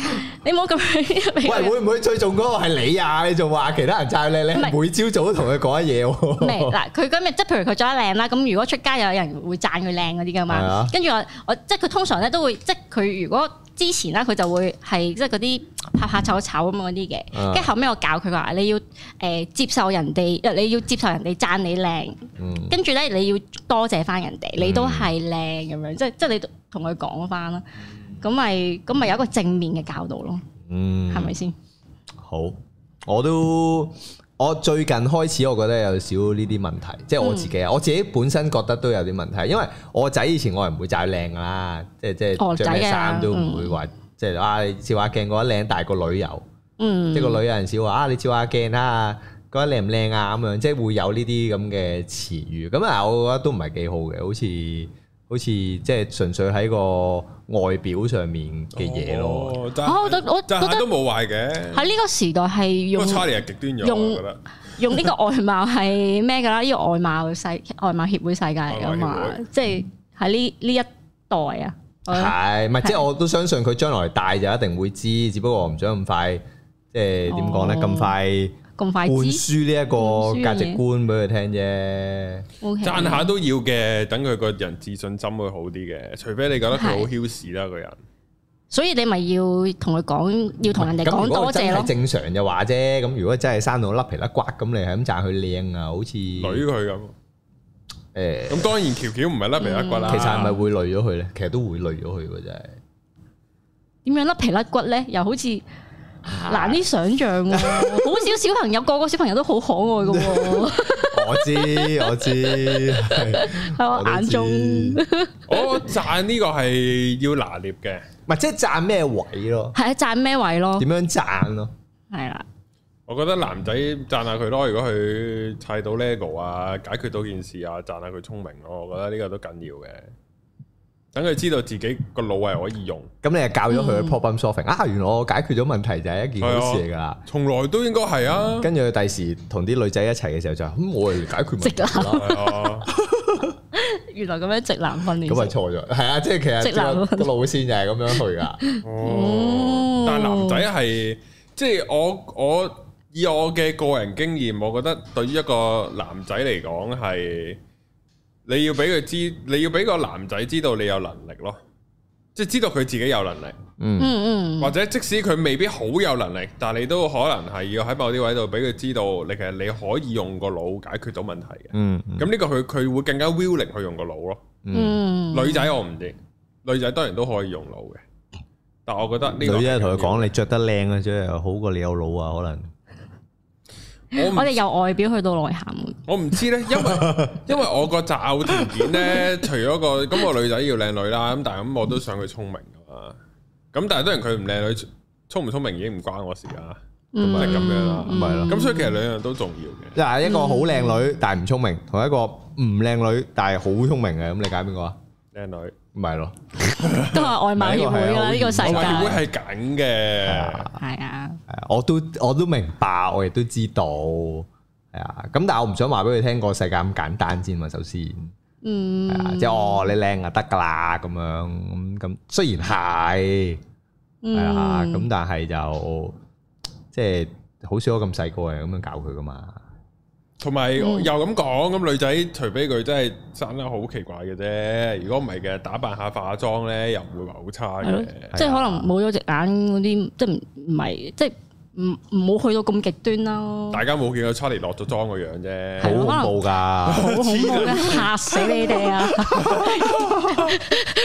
你唔好咁樣俾喂，佢。會唔會最重嗰個係你啊？你仲話其他人讚你，你唔係每朝早都同佢講嘢咩喎。嗱？佢今日即係譬如佢着得靚啦，咁如果出街有人會讚佢靚嗰啲噶係啊嘛，跟住我我即係佢通常咧都會即係佢如果之前啦，佢就會係即係嗰啲拍拍醜醜咁嗰啲嘅， 啊跟住後尾我教佢話你要誒、呃接受人哋，呃你要接受人哋讚你靚，嗯跟住咧你要多謝翻人哋，你都係靚咁樣，即係即係你同佢講翻啦，咁咪咁咪有一個正面嘅教導咯，嗯係咪先？好，我都我最近開始，我覺得有少呢啲問題，即係我自嗯己啊，我自己本身覺得都有啲問題，因為我仔以前我係唔會讚靚噶啦，即係即係哦着咩仔啊衫都唔會話，即係啊你照下鏡覺得靚，但係個女有，嗯，即係個女有陣時話啊你照下鏡啊，覺得靚唔靚啊咁樣，即係會有呢啲咁嘅詞語，咁啊我覺得都唔係幾好嘅，好似好似即係純粹喺個外表上面嘅嘢咯。哦，但啊我都我但覺係得都冇壞嘅。喺呢個時代係不用。過 Charlie 係極端咗，用啊我覺得。用呢個外貌係咩㗎啦？呢、個外貌世外貌協會世界嚟㗎外嘛貌協會，即係喺呢呢一代啊，我覺得係，唔係即係我都相信佢將來大就一定會知，只不過我唔想咁快，即係點講咧？哦咁快咁快灌知輸呢一個價灌輸嘅嘢值觀俾佢聽啫。 ，O K，讚下都要嘅，等佢個人自信心會好啲嘅。除非你覺得佢好囂屎啦，個人。所以你咪要同佢講，要同人哋咁講如果多佢真謝係咯。正常嘅話啫，咁如果真係生到甩皮甩骨，咁你係咁讚佢靚啊，好似女佢咁，誒，咁當然喬喬唔係甩皮甩骨啦。嗯其實係咪會累咗佢咧？其實都會累咗佢嘅，真係。點樣甩皮甩骨咧？又好似 難啲想像喎，好少小朋友，個個小朋友都好可愛㗎喎。我 知我知，係喺我啊眼中，都知我讚呢個係要拿捏嘅，唔係即係賺咩位咯？係啊，賺咩位咯？點樣賺咯？係啦，我覺得男仔讚下佢咯，如果佢砌到 lego 啊，解決到件事啊，讚下佢聰明咯，我覺得呢個都緊要嘅。等佢知道自己個腦係可以用，咁你就教咗佢去 problem solving 啊！原來我解決咗問題就係一件好事嚟㗎啦。從來都應該係啊，跟住佢第時同啲女仔一齊嘅時候就咁，我嚟解決 問題啦。係啊，原來咁樣直男訓練咁咪先錯咗，係啊！即係其直男實個路線就係咁 樣去㗎。哦，但係男仔係即係我我以我嘅個人經驗，我覺得對於一個男仔嚟講係你要俾佢知，你要俾個男仔知道你有能力咯，即係知道佢自己有能力，嗯嗯，嗯或者即使佢未必好有能力，但係你都可能係要喺某啲位度俾佢知道，你其實你可以用個腦解決到問題嘅。嗯咁呢個佢佢會更加 willing 去用個腦咯。嗯，女仔我唔知，女仔當然都可以用腦嘅，但我覺得呢個女仔同佢係緊要講你着得靚嘅啫，好過你有腦啊，可能。我唔我哋由外表去到內涵喎，我唔知呢，因 為因為我個擇偶條件呢，除咗個咁個女仔要靚女啦，咁但係咁我都想佢聰明噶嘛。咁但係當然佢唔靚女，聰唔聰明已經唔關我事啦。嗯係咁樣啦嗯咪咯咁所以其實兩樣都重要嘅。即係一個好靚女但係唔聰明，同一個唔靚女但係好聰明嘅，咁你揀邊個啊？靚女，唔係咯，都係外貌協會㗎啦，唔係呢個係呢個世我界話協會係緊嘅，係啊，係啊我都我都明白，我亦都知道，係啊。咁但係我唔想話俾佢聽個世界咁簡單先嘛，首先係嗯，啊，即係哦，你靚就得㗎啦，咁樣咁咁。雖然係係啊，嗯咁但係就即係好少我咁細個嘅咁樣搞佢㗎嘛。同埋又嗯咁講，咁女仔除非佢真係生得好奇怪嘅啫。如果唔係嘅，打扮下化妝呢，又唔會話好差係咯嘅。即係可能冇咗隻眼嗰啲，即係唔唔係即係唔唔好去到咁極端咯。大家冇見過 Charlie 落咗妝個樣啫。好係咯恐 怖㗎，好恐怖嘅，嚇死你哋啊！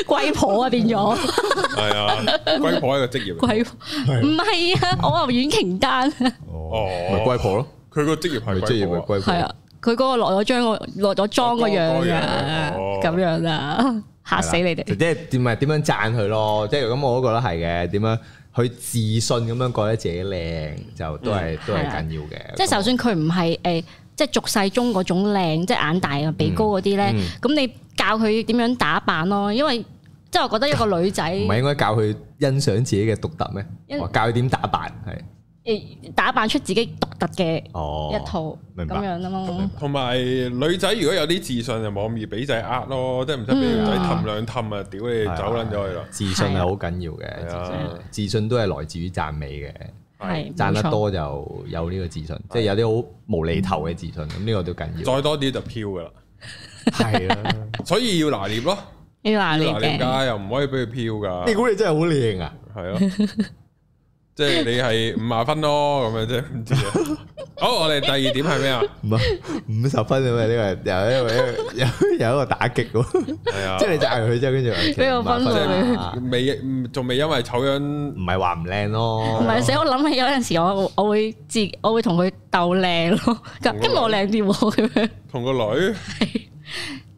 龜婆啊變咗 係啊，龜婆係一個職業嚟嘅。龜婆，唔係啊！我話阮瓊丹哦咪龜婆咯，佢個職業咪係即係咪龜婆啊。龜婆係。啊，佢嗰個落咗妝個落咗妝個樣啊哦，咁樣啊，嚇死你即哋！係點咪點樣讚佢咯？即係咁，我都覺得係嘅。點樣去自信咁樣覺得自己靚，就都係都係係啊緊要嘅。即係就算佢唔係誒，即係俗世中嗰種靚，即係眼大啊、鼻高嗰啲咧嗯，咁你教佢點樣打扮咯，因為即係我覺得一個女仔。 唔係應該教佢欣賞自己嘅獨特咩？因哦教佢點打扮係誒打扮出自己獨特嘅哦一套咁明白樣啊嘛明，同埋女仔如果有啲自信就冇咁易俾仔呃咯，即係唔使俾個仔氹兩氹啊！屌你走撚咗去啦！自信係好緊要嘅，係啊自信自信都係來自於讚美嘅，係讚得冇錯多就有呢個自信，即係有啲好無厘頭嘅自信，咁呢個都緊要。再多啲就飄噶啦，係啊， 所以要拿捏咯，要拿要捏拿捏嘅，㗎，又唔可以俾佢飄噶，你估你真係好靚啊！係咯，即係你係五廿分咯，咁樣啫，唔知啊。好，我哋第二點係咩啊？唔係五十分啊嘛，呢個又一個有 有一個打擊 喎。係啊，即係你就係佢啫，跟住話俾個分數你啊未仲未因為醜樣唔係話唔靚唔咯，係死我諗起有陣時我我會自我會同佢鬥靚咯，咁啊今日我靚啲喎咁樣同個女啊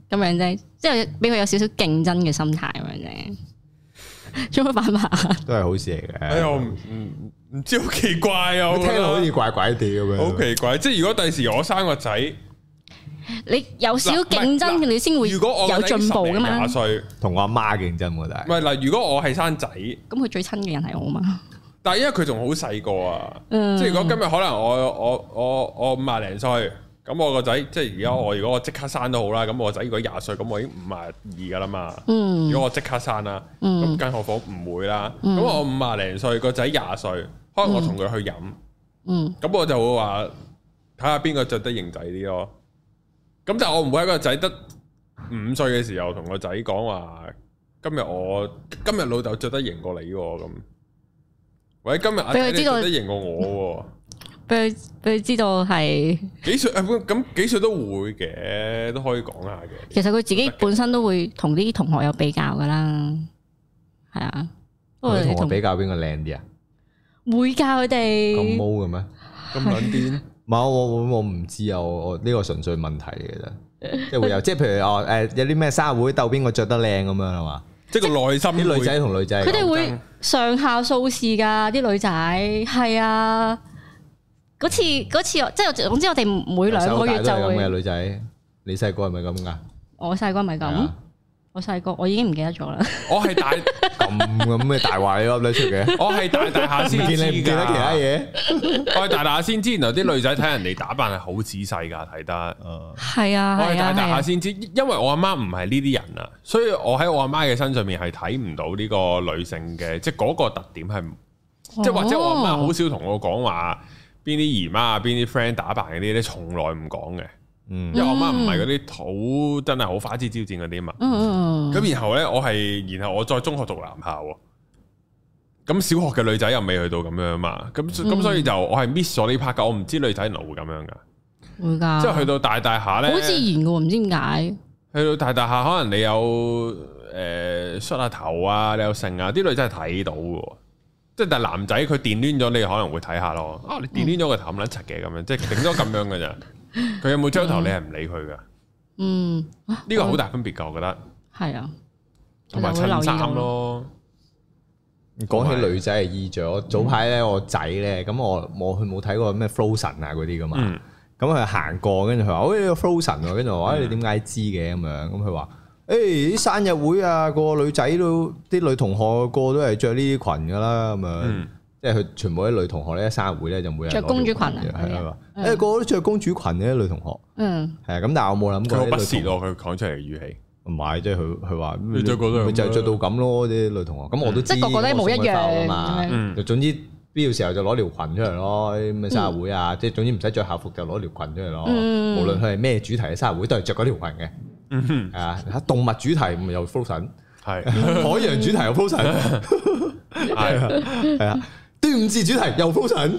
咁樣啫，即係俾佢有少少競爭嘅心態咁樣啫，做乜啊辦法？都係好事嚟嘅。哎呀，我唔唔唔知好奇怪啊！我我覺聽得到好似怪怪地咁樣。好奇怪，即係如果第時我生個仔，你有少少競嗱唔係爭，嗱你先會如果我有進步噶嘛廿。歲，同我阿媽競爭喎，但唔係係嗱，如果我係生仔，咁佢最親嘅人係我嘛，但係因為佢仲好細個啊，嗯即係如果今日可能我我我我五廿零歲，咁我個仔即係而家我如果我即刻生都好啦，咁我個仔如果廿歲，咁我已經五廿二噶啦嘛。嗯如果我即刻生啦，咁嗯更何況唔會啦。咁我五廿零歲，個仔廿歲，可能我同佢去飲。嗯咁我就會話睇下邊個着得型仔啲咯。咁但係我唔會喺個仔得五歲嘅時候同個仔講話，今日我今日老豆着得型過你喎咁，或者今日阿俾仔佢你知道着得型過我俾佢俾佢知道係喎，幾歲啊咁咁幾歲都會嘅，都可以講下 嘅。其實佢自己本身都會同啲同學有比較噶啦，係啊，不過佢你同我比較邊個靚啲啊？會教佢咁哋毛嘅咩？咁撚癲，唔唔係我我我唔知啊，我我呢個純粹問題 嚟嘅啫，即係會有，即係譬如哦誒有啲咩生日會鬥邊個着得靚咁樣係嘛？即係個內心啲女會仔同女仔佢哋講會上下掃視㗎，啲女仔係啊。嗰次嗰次我即係總之我哋每兩個月就由細到大都係咁嘅會，女仔，你細個係咪咁噶？我細個咪係咁啊，我細個我已經唔記得咗啦。我係大，咁咁嘅大話你噏得出 嘅我係大大下唔先見知你㗎唔記得其他嘢。 我係大大下先知，然後啲女仔睇人哋打扮係好仔細㗎，睇得。係啊，我係係大啊，大係下啊。先知，因為我阿媽唔係呢啲人啊，所以我喺我阿媽嘅身上面係睇唔到呢個女性嘅，即係嗰個特點係，即係或者我阿媽好哦少同我講話邊啲姨媽啊、邊啲 friend 打扮嗰啲咧，從來唔講嘅，嗯因為我阿媽唔係嗰啲好真係好花枝招展嗰啲嘛。嗯嗯嗯咁然後咧，我係然後我再中學讀男校喎，咁小學嘅女仔又未去到咁樣嘛，咁嗯咁所以就我係 miss 咗呢 part 噶，我唔知女仔原來會咁樣噶，會㗎，即係去到大大下咧，啊好自然嘅喎，唔知點解。去到大大下，可能你有誒梳下頭啊，你有剩啊，啲女仔係睇到嘅喎。即係但係男仔佢電攣咗，你可能會睇下咯。啊，你嗯電攣咗個頭咁撚柒嘅咁樣，即係頂多咁樣 嘅咋。佢有冇張頭你係唔理佢噶？嗯，呢個好大分別㗎，我覺得。係啊，同埋我就會留襯意衫咁咯。咯，講起女仔嘅衣着，我早排咧我仔咧，咁我我佢冇睇過咩 Frozen 啊嗰啲噶嘛，嗯咁佢行過，跟住佢話：，喂，呢個 Frozen 喎，跟住我話：，哎你點解知嘅咁樣？咁佢話：，誒啲生日會啊，個女仔都啲女同學個都係着呢啲裙噶啦，咁樣嗯，即係佢全部啲女同學咧，生日會咧就每人着攞條公主裙啊嘅係啊，係啊誒個個都着公主裙嘅啲女同學，嗯，係啊，咁但係我冇諗佢過好啲女不同屑啊學咯，佢講出嚟嘅語氣。唔係，即係佢佢話你着過都係咁咪就係啦着到咁咯，啲女同學。咁我都知即係個個都一模一樣我送佢包㗎啊嘛咁樣嗯就總之必要時候就攞條裙出嚟咯，啲咩生日會啊，即係總之唔使着校服就攞條裙出嚟咯。嗯無論佢係咩主題嘅生日會，都係着嗰條裙嘅。嗯哼，係啊，動物主題咪又 Frozen，係嗯海洋主題又 Frozen， 係係啊，端午節主題又 Frozen。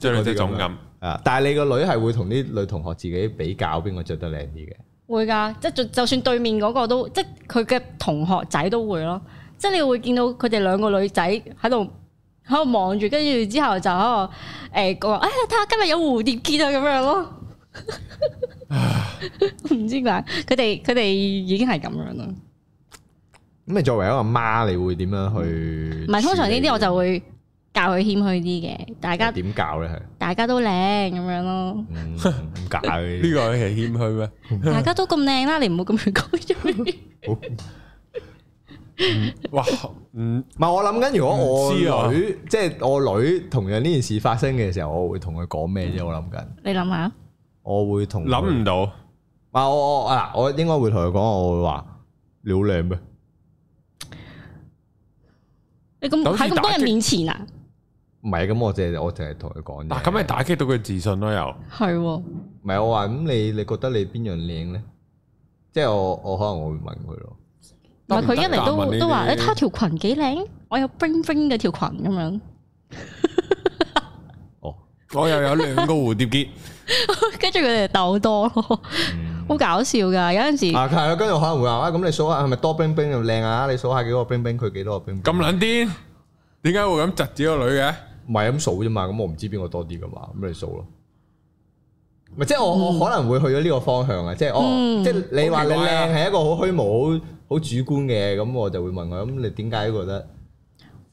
即係女仔 總咁。啊！但係你個女係會同啲女同學自己比較邊個着得靚啲嘅，會㗎，即係就就算對面嗰個都，即係佢嘅同學仔都會咯，即係你會見到佢哋兩個女仔喺度喺度望住，跟住之後就喺度誒講話，哎呀睇下今日有蝴蝶結啊咁樣咯， 唔知點解佢哋佢哋已經係咁樣啦。咁你作為一個媽，你會點樣去？唔係通常呢啲我就會教佢謙虛啲嘅，大家點教咧係？大家都靚咁樣咯，嗯唔假 嘅呢個係謙虛咩？ 大家都咁靚啦，你唔好咁樣講咗佢。哇，嗯，唔係我諗緊，如果我唔知啊女即係我女同樣呢件事發生嘅時候，我會同佢講咩啫？我諗緊，你諗下，我會同佢諗唔到。唔係我我啊，我應該會同佢講，我會話你好靚咩？你咁好似喺咁多打人擊面前啊，唔係咁，我淨係我淨係同佢講啫。嗱，咁咪打擊到佢自信咯，又係喎。唔係我話咁你你覺得你邊樣靚咧？即係我我可能我會問佢咯。唔係佢一嚟得唔得都都話問呢你啲睇下條裙幾靚，我有 bling bling 嘅條裙咁樣，哦，我又有兩個蝴蝶 結，跟住佢哋鬥多咯，好搞笑噶。有陣時嗯啊係啦，跟住可能會話啊，咁你數下係咪多冰冰又靚啊？你數下幾個冰冰，佢幾多個冰冰？咁撚癲，點解會咁窒自己個女嘅？唔係咁數啫嘛，咁我唔知邊個多啲噶嘛，咁你數咯。咪即係我我可能會去咗呢個方向啊，即係哦，嗯即係你話你好奇怪啊靚係一個好虛無、好好主觀嘅，咁我就會問佢，咁你點解覺得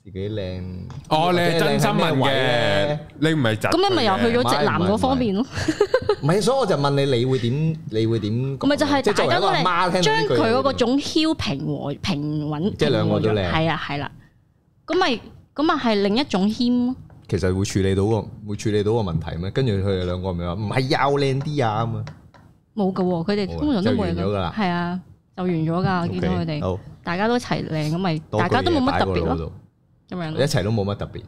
自己靚？哦，你係真心問或者嘅，你唔係窒佢嘅。咁你咪又去咗直男唔係唔係嗰方面啊咯，靚喺咩位咧？唔係，所以我就問你，你會點？你會點講？咪就係哦即大係作為家一個都阿媽靚，聽將到呢句佢嗰個嘢種囂平和平穩，即係啊兩個都靚係啊啦係啦，咁咪咁咪係另一種謙咯。其實會處理到個會處理到個問題咩？跟住佢哋兩個咪話唔係又靚啲啊咁啊，冇噶喎，佢哋冇啊通常都冇嘢就完咗㗎㗎啦係啊，就完咗㗎。見到佢 OK，哋好大家都一齊靚咁咪，多大家句都冇嘢乜擺特個別腦咯，度咁樣咯一。齊都冇乜特別。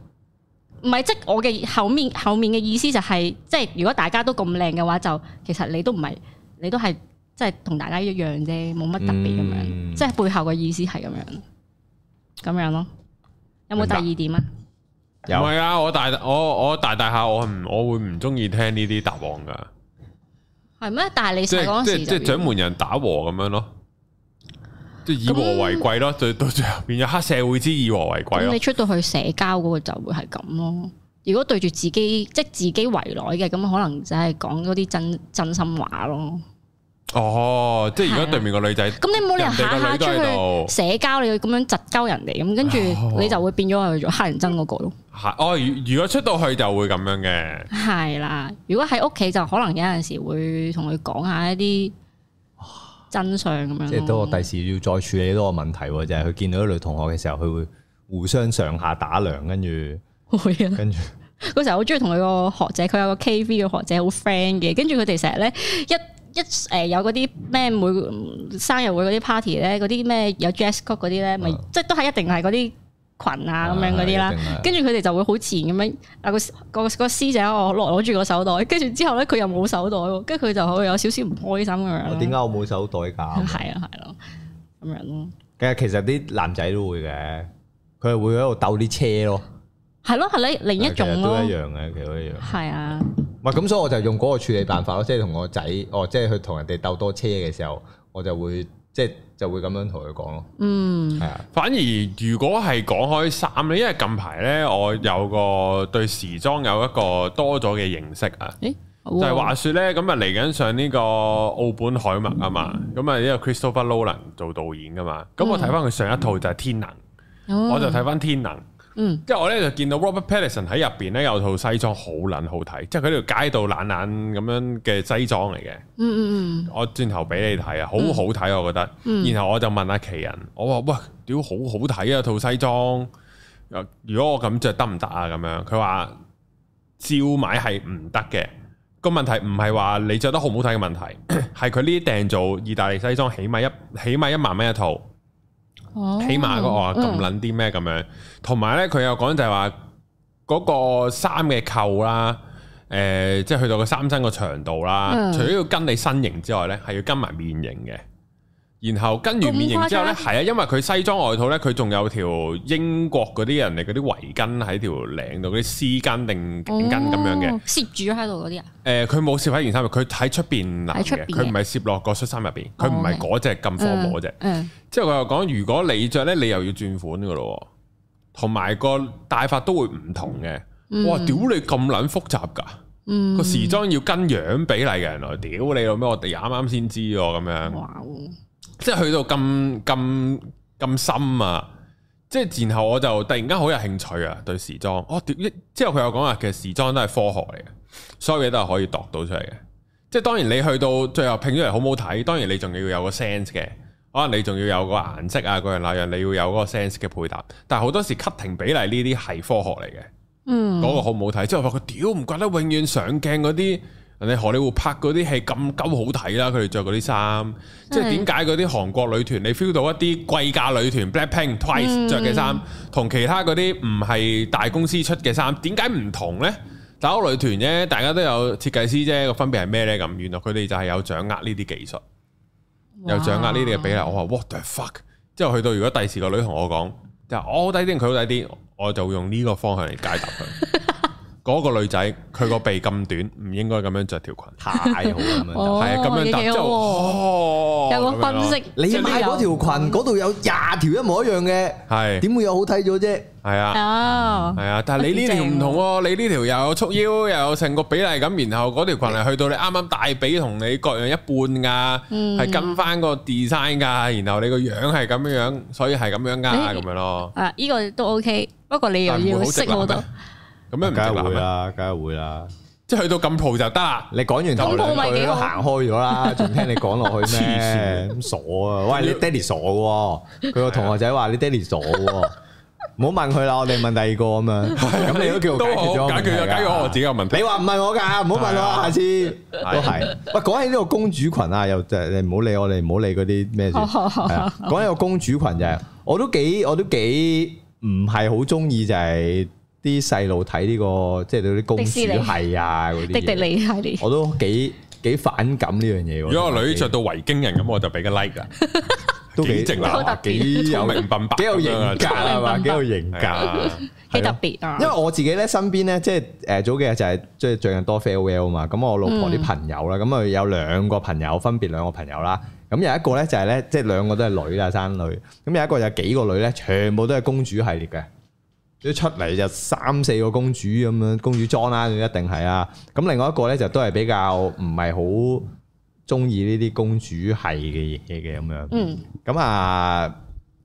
唔係，即係我嘅後面後面嘅意思就係、即係如果大家都咁靚嘅話，就其實你都唔係，你都係即係同大家一樣啫，冇乜特別咁樣。嗯即係背後嘅意思係咁樣，咁樣咯。有冇明白第二點啊？唔係啊！我大我我大大下，我唔我會唔中意聽呢啲答案噶，係咩？但係你即細係嗰即陣時係即就係掌門人打和咁樣咯，即係以和為貴咯，最到最後變咗黑社會之以和為貴咁咯你。出到去社交嗰個就會係咁咯。如果對住自己即係自己圍內嘅，咁可能就係講嗰啲真真心話咯。哦，即係如果對面個女仔，啊咁你冇理由人哋下個下女出都喺度去社交，你要咁樣窒鳩人哋，咁跟住啊哦你就會變咗係做黑人憎嗰個咯。係哦，如如果出到去就會咁樣嘅，係啦，如果喺屋企就可能有陣時會同佢講下一啲真相咁樣。即係都我第時要再處理多個問題喎，就係佢見到啲女同學嘅時候，佢會互相上下打量，跟住會 啊。跟住嗰時候好中意同佢個學姐，佢有個 KV 嘅學姐好 friend 嘅，跟住佢哋成日咧一一誒、呃有嗰啲咩每嗯生日會嗰啲 party 咧，嗰啲咩有 dress code 嗰啲咧，咪、啊即係都係一定係嗰啲裙啊咁樣嗰啲啦啊一定啊。跟住佢哋就會好自然咁樣，啊個個個師姐我攞攞住個手袋，跟住之後咧佢又冇手袋喎，跟住佢就會有少少唔開心咁樣我啦。哦點解我冇手袋㗎？係啊係咯，咁樣咯，嘅其實啲男仔都會嘅，佢係會喺度鬥啲車咯，係咯係咧另一啊其種實咯都，一樣嘅，其實都一樣。係啊，唔係咁，所以我就用嗰個處理辦法咯，即係同我仔，哦，即係佢同人哋鬥多車嘅時候，我就會即係就會咁樣同佢講咯，嗯係啊，反而如果係講開衫咧，因為近排咧我有個對時裝有一個多咗嘅認識啊。誒就係哇話説咧，咁啊嚟緊上呢個澳本海默啊嘛，咁啊呢個 Christopher Nolan 做導演噶嘛，嗯咁我睇翻佢上一套就係天能，我就睇翻天能，哦嗯即係我咧就見到 Robert Pattinson 喺入邊咧有套西裝好撚好睇，即係佢條街度懶懶咁樣嘅西裝嚟嘅，嗯嗯嗯我轉頭俾你睇啊，好好睇我覺得，然後我就問阿奇人，我話哇屌好好睇啊套西裝，呃如果我咁着得唔得啊咁樣，佢話照買係唔得嘅。個問題唔係話你着得好唔好睇嘅問題，係佢呢啲訂做意大利西裝，起碼一起碼一萬蚊一套，哦起碼嗰個話咁嗯撚啲咩咁樣。同埋呢，佢又講就係話嗰個衫嘅扣啦，誒、即係去到個衫身個長度啦，嗯除咗要跟你身形之外呢，係要跟埋面型嘅。然後跟完面型之後呢，咁誇係啊，因為佢西裝外套呢，佢仲有條英國嗰啲人哋嗰啲圍巾喺條領度，嗰啲絲巾定頸巾咁樣嘅。哦，攝住喺度嗰啲啊，誒佢冇攝喺件衫入，佢喺出邊攬喺出嘅，邊哦佢唔係攝落個恤衫入邊，佢唔係嗰只咁科摸啫。嗯，之後佢又講，如果你着咧，你又要轉款噶咯喎，同埋個戴法都會唔同嘅。哇！屌你咁撚複雜㗎，嗯，個時裝要跟樣比例嘅，原來屌你老咩？我哋啱啱先知喎，咁樣。哇哦，即係去到咁咁咁深啊！即係然後我就突然間好有興趣啊，對時裝。哦，屌！一之後佢又講話，其實時裝都係科學嚟嘅，所有嘢都係可以度到出嚟嘅。即係當然你去到最後拼出嚟好唔好睇，當然你仲要有個 sense 嘅，可能你仲要有個顏色啊，嗰樣那樣，你要有嗰個 sense 嘅配搭。但係好多時 cutting 比例呢啲係科學嚟嘅。嗯，嗰個好唔好睇？之後發覺屌唔怪得永遠上鏡嗰啲人哋荷里活拍嗰啲戲咁鳩好睇啦，佢哋着嗰啲衫，即係點解嗰啲韓國女團你 feel 到一啲貴價女團 Blackpink、Twice 着嘅衫，同其他嗰啲唔係大公司出嘅衫，點解唔同呢？大佬女團啫，大家都有設計師啫，個分別係咩呢？咁原來佢哋就係有掌握呢啲技術。又掌握呢啲嘅比例，我話 what the fuck！之後去到如果第時個女同我講，就係我好低啲定佢好低啲，我就用呢個方向嚟解答佢。 嗰個女仔佢個鼻咁短，唔應該咁樣着條裙， 太好啦咁樣就。哦係啊咁樣答。幾好之後哦有個分咁樣析咯，你買嗰條裙嗰度有廿條一模一樣嘅，係點會有好睇咗啫？係啊。啊係，啊，但係你呢條唔同喎，你呢條又有束腰，又有成個比例咁，然後嗰條裙係去到你啱啱大髀同你各樣一半噶，嗯係跟翻個 design 噶，然後你個樣係咁樣樣，所以係咁樣噶誒咁樣咯。啊呢個都 OK，不過你又要識啊好多，咁樣唔梗直係男會啊啦，啦，梗係會啦。即係去到咁蒲就得啦。你講完頭咁鋪咪兩句幾都好行開咗 啦，仲聽你講落去黐咩？線咁傻啊！喂，你爹哋傻嘅喎，佢個同學仔話你爹哋傻嘅喎，唔好問佢啦，我哋問第二個咁樣。咁你都叫我解啊都決咗好個問題解決咗㗎，解決咗我自己嘅問題你話唔係 我㗎，唔好問係啊我，下次都係。喂，講起呢個公主裙啊，又就你唔好理我哋，唔好理嗰 啲 咩先。哦係啊講起個公主裙就係，我都幾我都幾唔係好中意就係啲細路睇呢個，即係嗰啲公迪主士尼係啊嗰啲嘢。迪迪尼系 列，我都幾幾反感呢樣嘢喎。如果個女着到維京人咁，我就俾個 like 啦。都幾幾直好特男，別幾有聰明笨白幾有型格咁啊係嘛，幾有型係格。 啊幾特別啊因，為我自己咧身邊咧，即係誒早幾日就係即係最近多 farewell 啊嘛，咁我老婆啲朋友嗯啦，咁佢有兩個朋友，分別兩個朋友啦，咁有一個咧就係咧，即係兩個都係女啦，生女，咁有一個有幾個女咧，全部都係公主系列嘅，一出嚟就三四個公主咁樣，公主裝啦，一定係啊。咁另外一個咧就都係比較唔係好中意呢啲公主系嘅嘢嘅咁樣。嗯，咁啊，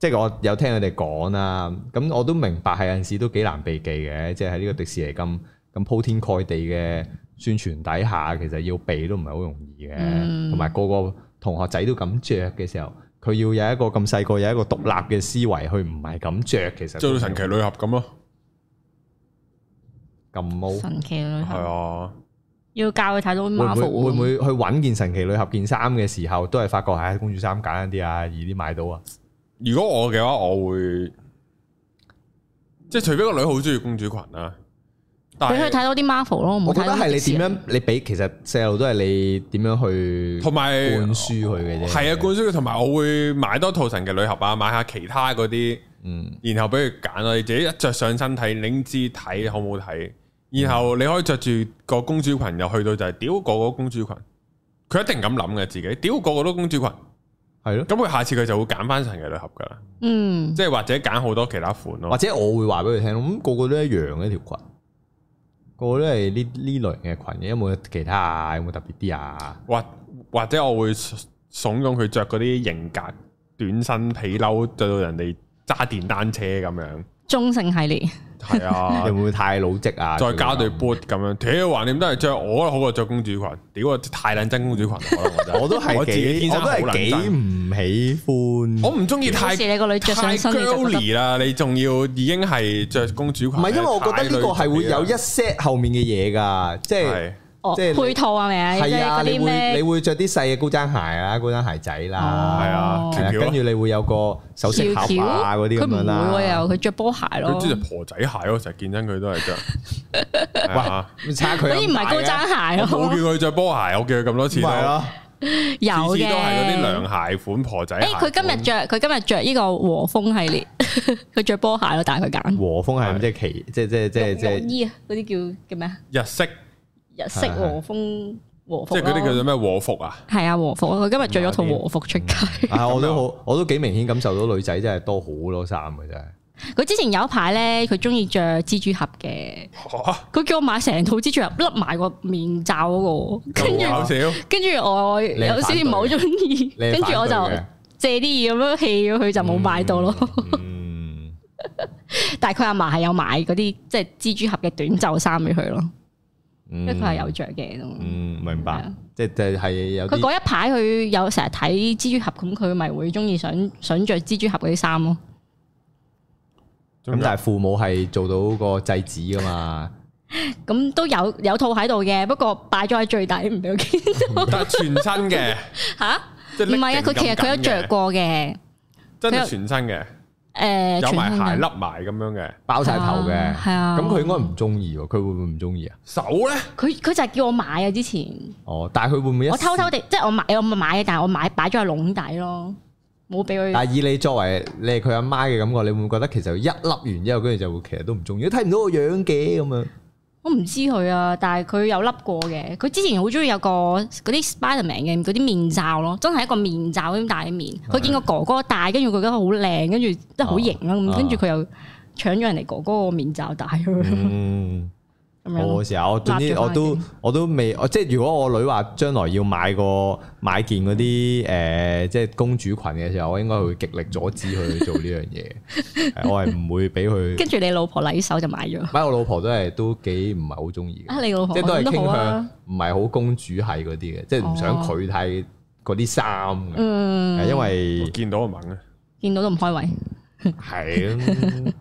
即係我有聽佢哋講啦，咁我都明白係有陣時都幾難避忌嘅，即係喺呢個迪士尼咁咁鋪天蓋地嘅宣傳底下，其實要避都唔係好容易嘅，嗯同埋、個個同學仔都咁着嘅時候，佢要有一個咁細個有一個獨立嘅思維，佢唔係咁着，其實做到神奇女俠咁咯，咁冇。神奇女係俠啊，要教佢睇到會唔 Marvel 會喎會唔會去揾件神奇女俠件衫嘅時候，都係發覺唉、公主衫簡單啲啊，易啲買到啊？如果我嘅話，我會即係除非個女好中意公主裙啊，但俾佢睇係到啲 Marvel 咯，唔好我覺睇得到係迪士你尼點樣，你俾其實細路都係你點樣去同埋灌輸佢嘅啫。係啊，灌輸佢同埋我會買多套神奇女俠啊，買下其他嗰啲。嗯然後俾佢揀咯，你自己一着上身睇，你已經知睇好唔好睇。然後你可以着住個公主裙，又去到就係屌個個公主裙，佢一定咁諗嘅自己，屌個個都公主裙。係咯，咁佢下次佢就會揀翻神奇女俠噶啦，嗯即係或者揀好多其他款或咯。者我會話俾佢聽，咁個個都一樣嘅條裙，個個都係呢呢類型嘅裙嘅，有冇其他啊？有冇特別啲 啊？或或者我會慫恿佢着嗰啲型格短身皮褸，着到人哋揸電單車咁樣。中性系列，係啊 你會，唔會太老積啊？再加對 boot 咁樣，屌橫掂都係着我好過着公主裙，屌啊太撚憎公主裙，可能我真係 我都我係自己幾，天我生都好係撚憎幾。唔喜歡。我唔中意好太似你個女着上太身你就覺得 girly 啦，你仲要已經係着公主裙，唔係，因為我覺得呢個係會有一太 set 後面嘅嘢㗎，即係。啊係哦即係你配套係咪啊？即係係啊，嗰你啲會你咩？會着啲細嘅高踭鞋啊，高踭鞋仔啦，係啊，哦係條啊條跟啊住你會有個首飾翹盒啊嗰啲佢咁唔會啊喎，樣啦。又佢着波鞋佢咯，中意婆仔鞋咯，成日見親佢都係着。 係啊喂，差佢啊嗰啲唔係高踭鞋我咯，冇叫佢着波鞋，我叫佢咁多次係啊都，咯，有次嘅。次都係嗰啲涼鞋款婆仔誒鞋。佢今日着佢今日着呢個和風系列，佢着波鞋咯，但係佢揀和風係咪即係旗，即係即係即係即浴係衣啊，嗰啲叫叫咩啊？日式，日啊式和風和服啊即係嗰啲叫咯做咩和服啊？係啊和服啊，佢今日着咗套和服出街。啊！我都好，我都幾明顯感受到女仔真係多好多衫嘅真係。 佢之前有一排咧，佢中意着蜘蛛俠嘅，嚇佢叫我買成套蜘蛛俠，笠埋個面罩嗰、個，跟住 咁搞笑。跟住我你係有少少反對唔係好中意，你係跟住我就反對嘅借啲嘢咁樣棄咗佢，就冇買到咯。嗯，但係佢阿嫲係有買嗰啲即係蜘蛛俠嘅短袖衫俾佢咯，因因為佢係有着嘅咯。嗯，明係白啊，即係即係係有佢啲嗰一排佢有成日睇蜘蛛俠，咁佢咪會中意想想著蜘蛛俠嗰啲衫咯。咁，但係父母係做到個制止㗎嘛。咁都有有套喺度嘅，不過擺咗喺最底，唔俾佢見但係全身嘅， 嚇。即唔係係啊，佢其實佢有着過，過嘅，真佢係有全身嘅，誒有埋鞋啦，笠埋咁樣嘅包晒頭嘅，係啊咁佢應該唔中意喎，佢會唔會唔中意啊？手咧。佢佢就係叫我買啊！之前哦，但係佢會唔會一我偷偷地，即係我買我買嘅，但係我買擺咗喺籠底咯，冇俾佢。但係以你作為你係佢阿媽嘅感覺，你會唔會覺得其實一粒完之後，跟住就會其實都唔中意，睇唔到個樣嘅 咁樣？我唔知佢啊，但係佢有笠過嘅。佢之前好中意有個嗰啲 Spiderman 嘅嗰啲面罩咯，真係一個面罩咁戴喺面。佢見個哥哥戴，跟住佢覺得好靚，跟住真係好型啊哦咁，跟住佢又搶咗人哋哥哥個面罩戴咁樣嗯，咁樣我咯。嘅時候，我總之立咗我都塊鏡我都未，我即係如果我女話將來要買個買件嗰啲誒，即係公主裙嘅時候，我應該會極力阻止佢去做呢樣 嘢，係我係唔會俾佢。跟住你老婆禮手就買咗。 唔係我老婆都係都幾唔係好中意嘅。啊，你老婆即係都係咁好啊傾哦向。唔係好公主係嗰啲嘅，即係唔想佢睇嗰啲衫嘅，嗯，係因我 為見到就猛啊！見到都唔開胃，係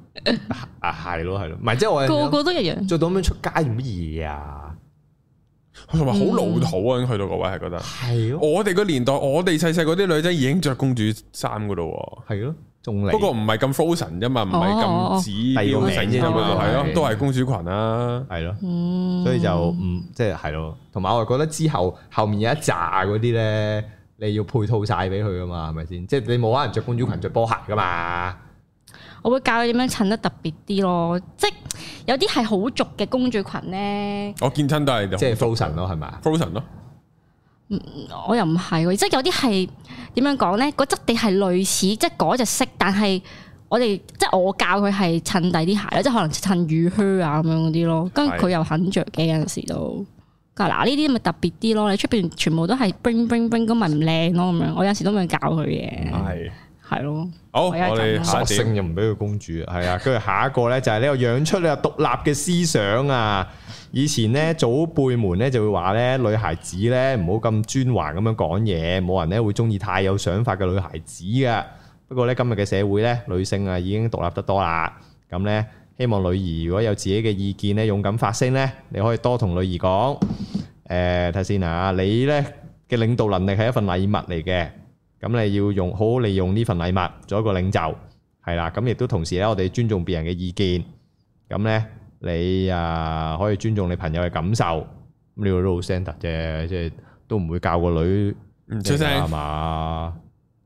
啊啊係咯係咯，唔係即係啊個我個都一樣。做到咁樣出街做乜嘢啊？同埋好老土啊，已經去到個位係覺得，係咯我哋個年代，我哋細細嗰啲女仔已經着公主衫噶咯係咯，仲喎，嚟不過唔係咁 frozen 啫嘛，哦唔係咁指標性啫哦哦嘛，哦係第二個名啫咯，都係公主裙啦。係咯，嗯，所以就唔即係係咯，同埋我係覺得之後後面有一紮嗰啲咧，你要配套晒俾佢噶嘛，係咪先？即係你冇可能着公主裙着波鞋噶嘛，我會教佢點樣襯得特別啲咯，即係有啲係好俗嘅公主裙咧，我見親都係即係 frozen 咯，係咪？ frozen 咯，我又唔係喎，即係有啲係點樣講咧？個質地係類似，即係嗰隻色，但係我哋即係我教佢係襯底啲鞋咧，即係可能襯雨靴啊咁樣嗰啲咯，跟住係佢又肯着嘅有陣時都。嗱呢啲咪特別啲咯，你出邊全部都係 bling bling bling 咁咪唔靚咯咁樣，我有時都咪教佢嘅，系係咯，好，我我有一陣啊哋啦下索一點性就唔俾佢公主啊，係啊，跟住下一個咧就係呢個養出你有獨立嘅思想啊。以前咧祖輩們咧就會話咧女孩子咧唔好咁專橫咁樣講嘢，冇人咧會中意太有想法嘅女孩子噶。不過咧今日嘅社會咧，女性啊已經獨立得多啦，咁咧希望女兒如果有自己嘅意見咧，勇敢發聲咧，你可以多同女兒講。誒睇下先啊，你咧嘅領導能力係一份禮物嚟嘅，咁你要用好好利用呢份禮物做一個領袖，係啦。咁亦都同時咧，我哋尊重別人嘅意見，咁咧你啊可以尊重你朋友嘅感受，咁你要 low standard 啫，即係都唔會教個女唔出聲係嘛？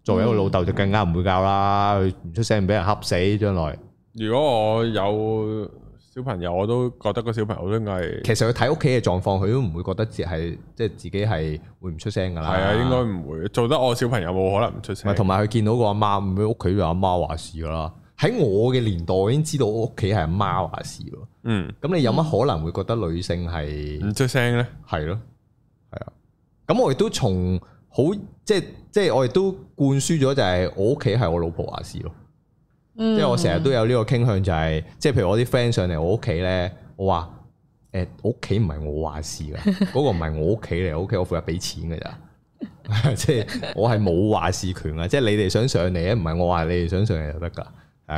作為一個老豆就更加唔會教啦，佢唔出聲唔俾人恰死，將來如果我有小朋友，我都覺得個小朋友都應該係其實佢睇屋企嘅狀況，佢都唔會覺得自係即係自己係會唔出聲噶係啦。啊，應該唔會做得我小朋友冇可能唔出咪聲。同埋佢見到個阿媽，唔會屋企就阿媽話事㗎啦。喺我嘅年代已經知道屋企係阿媽話事咯。嗯咁你有乜可能會覺得女性係唔出聲咧，係咯？係啊。咁我亦都從好即係即係我亦都灌輸咗就係我屋企係我老婆話事咯。即即係我成日都有呢個傾向就係、即係譬如我啲 friend 上嚟我屋企咧，我話誒、我屋企唔係我話事㗎，嗰個唔係我屋企嚟，我屋企我負責俾錢㗎咋， 即係我係冇話事權啊！即係你哋想上嚟咧，唔係我話你哋想上嚟就得㗎。啊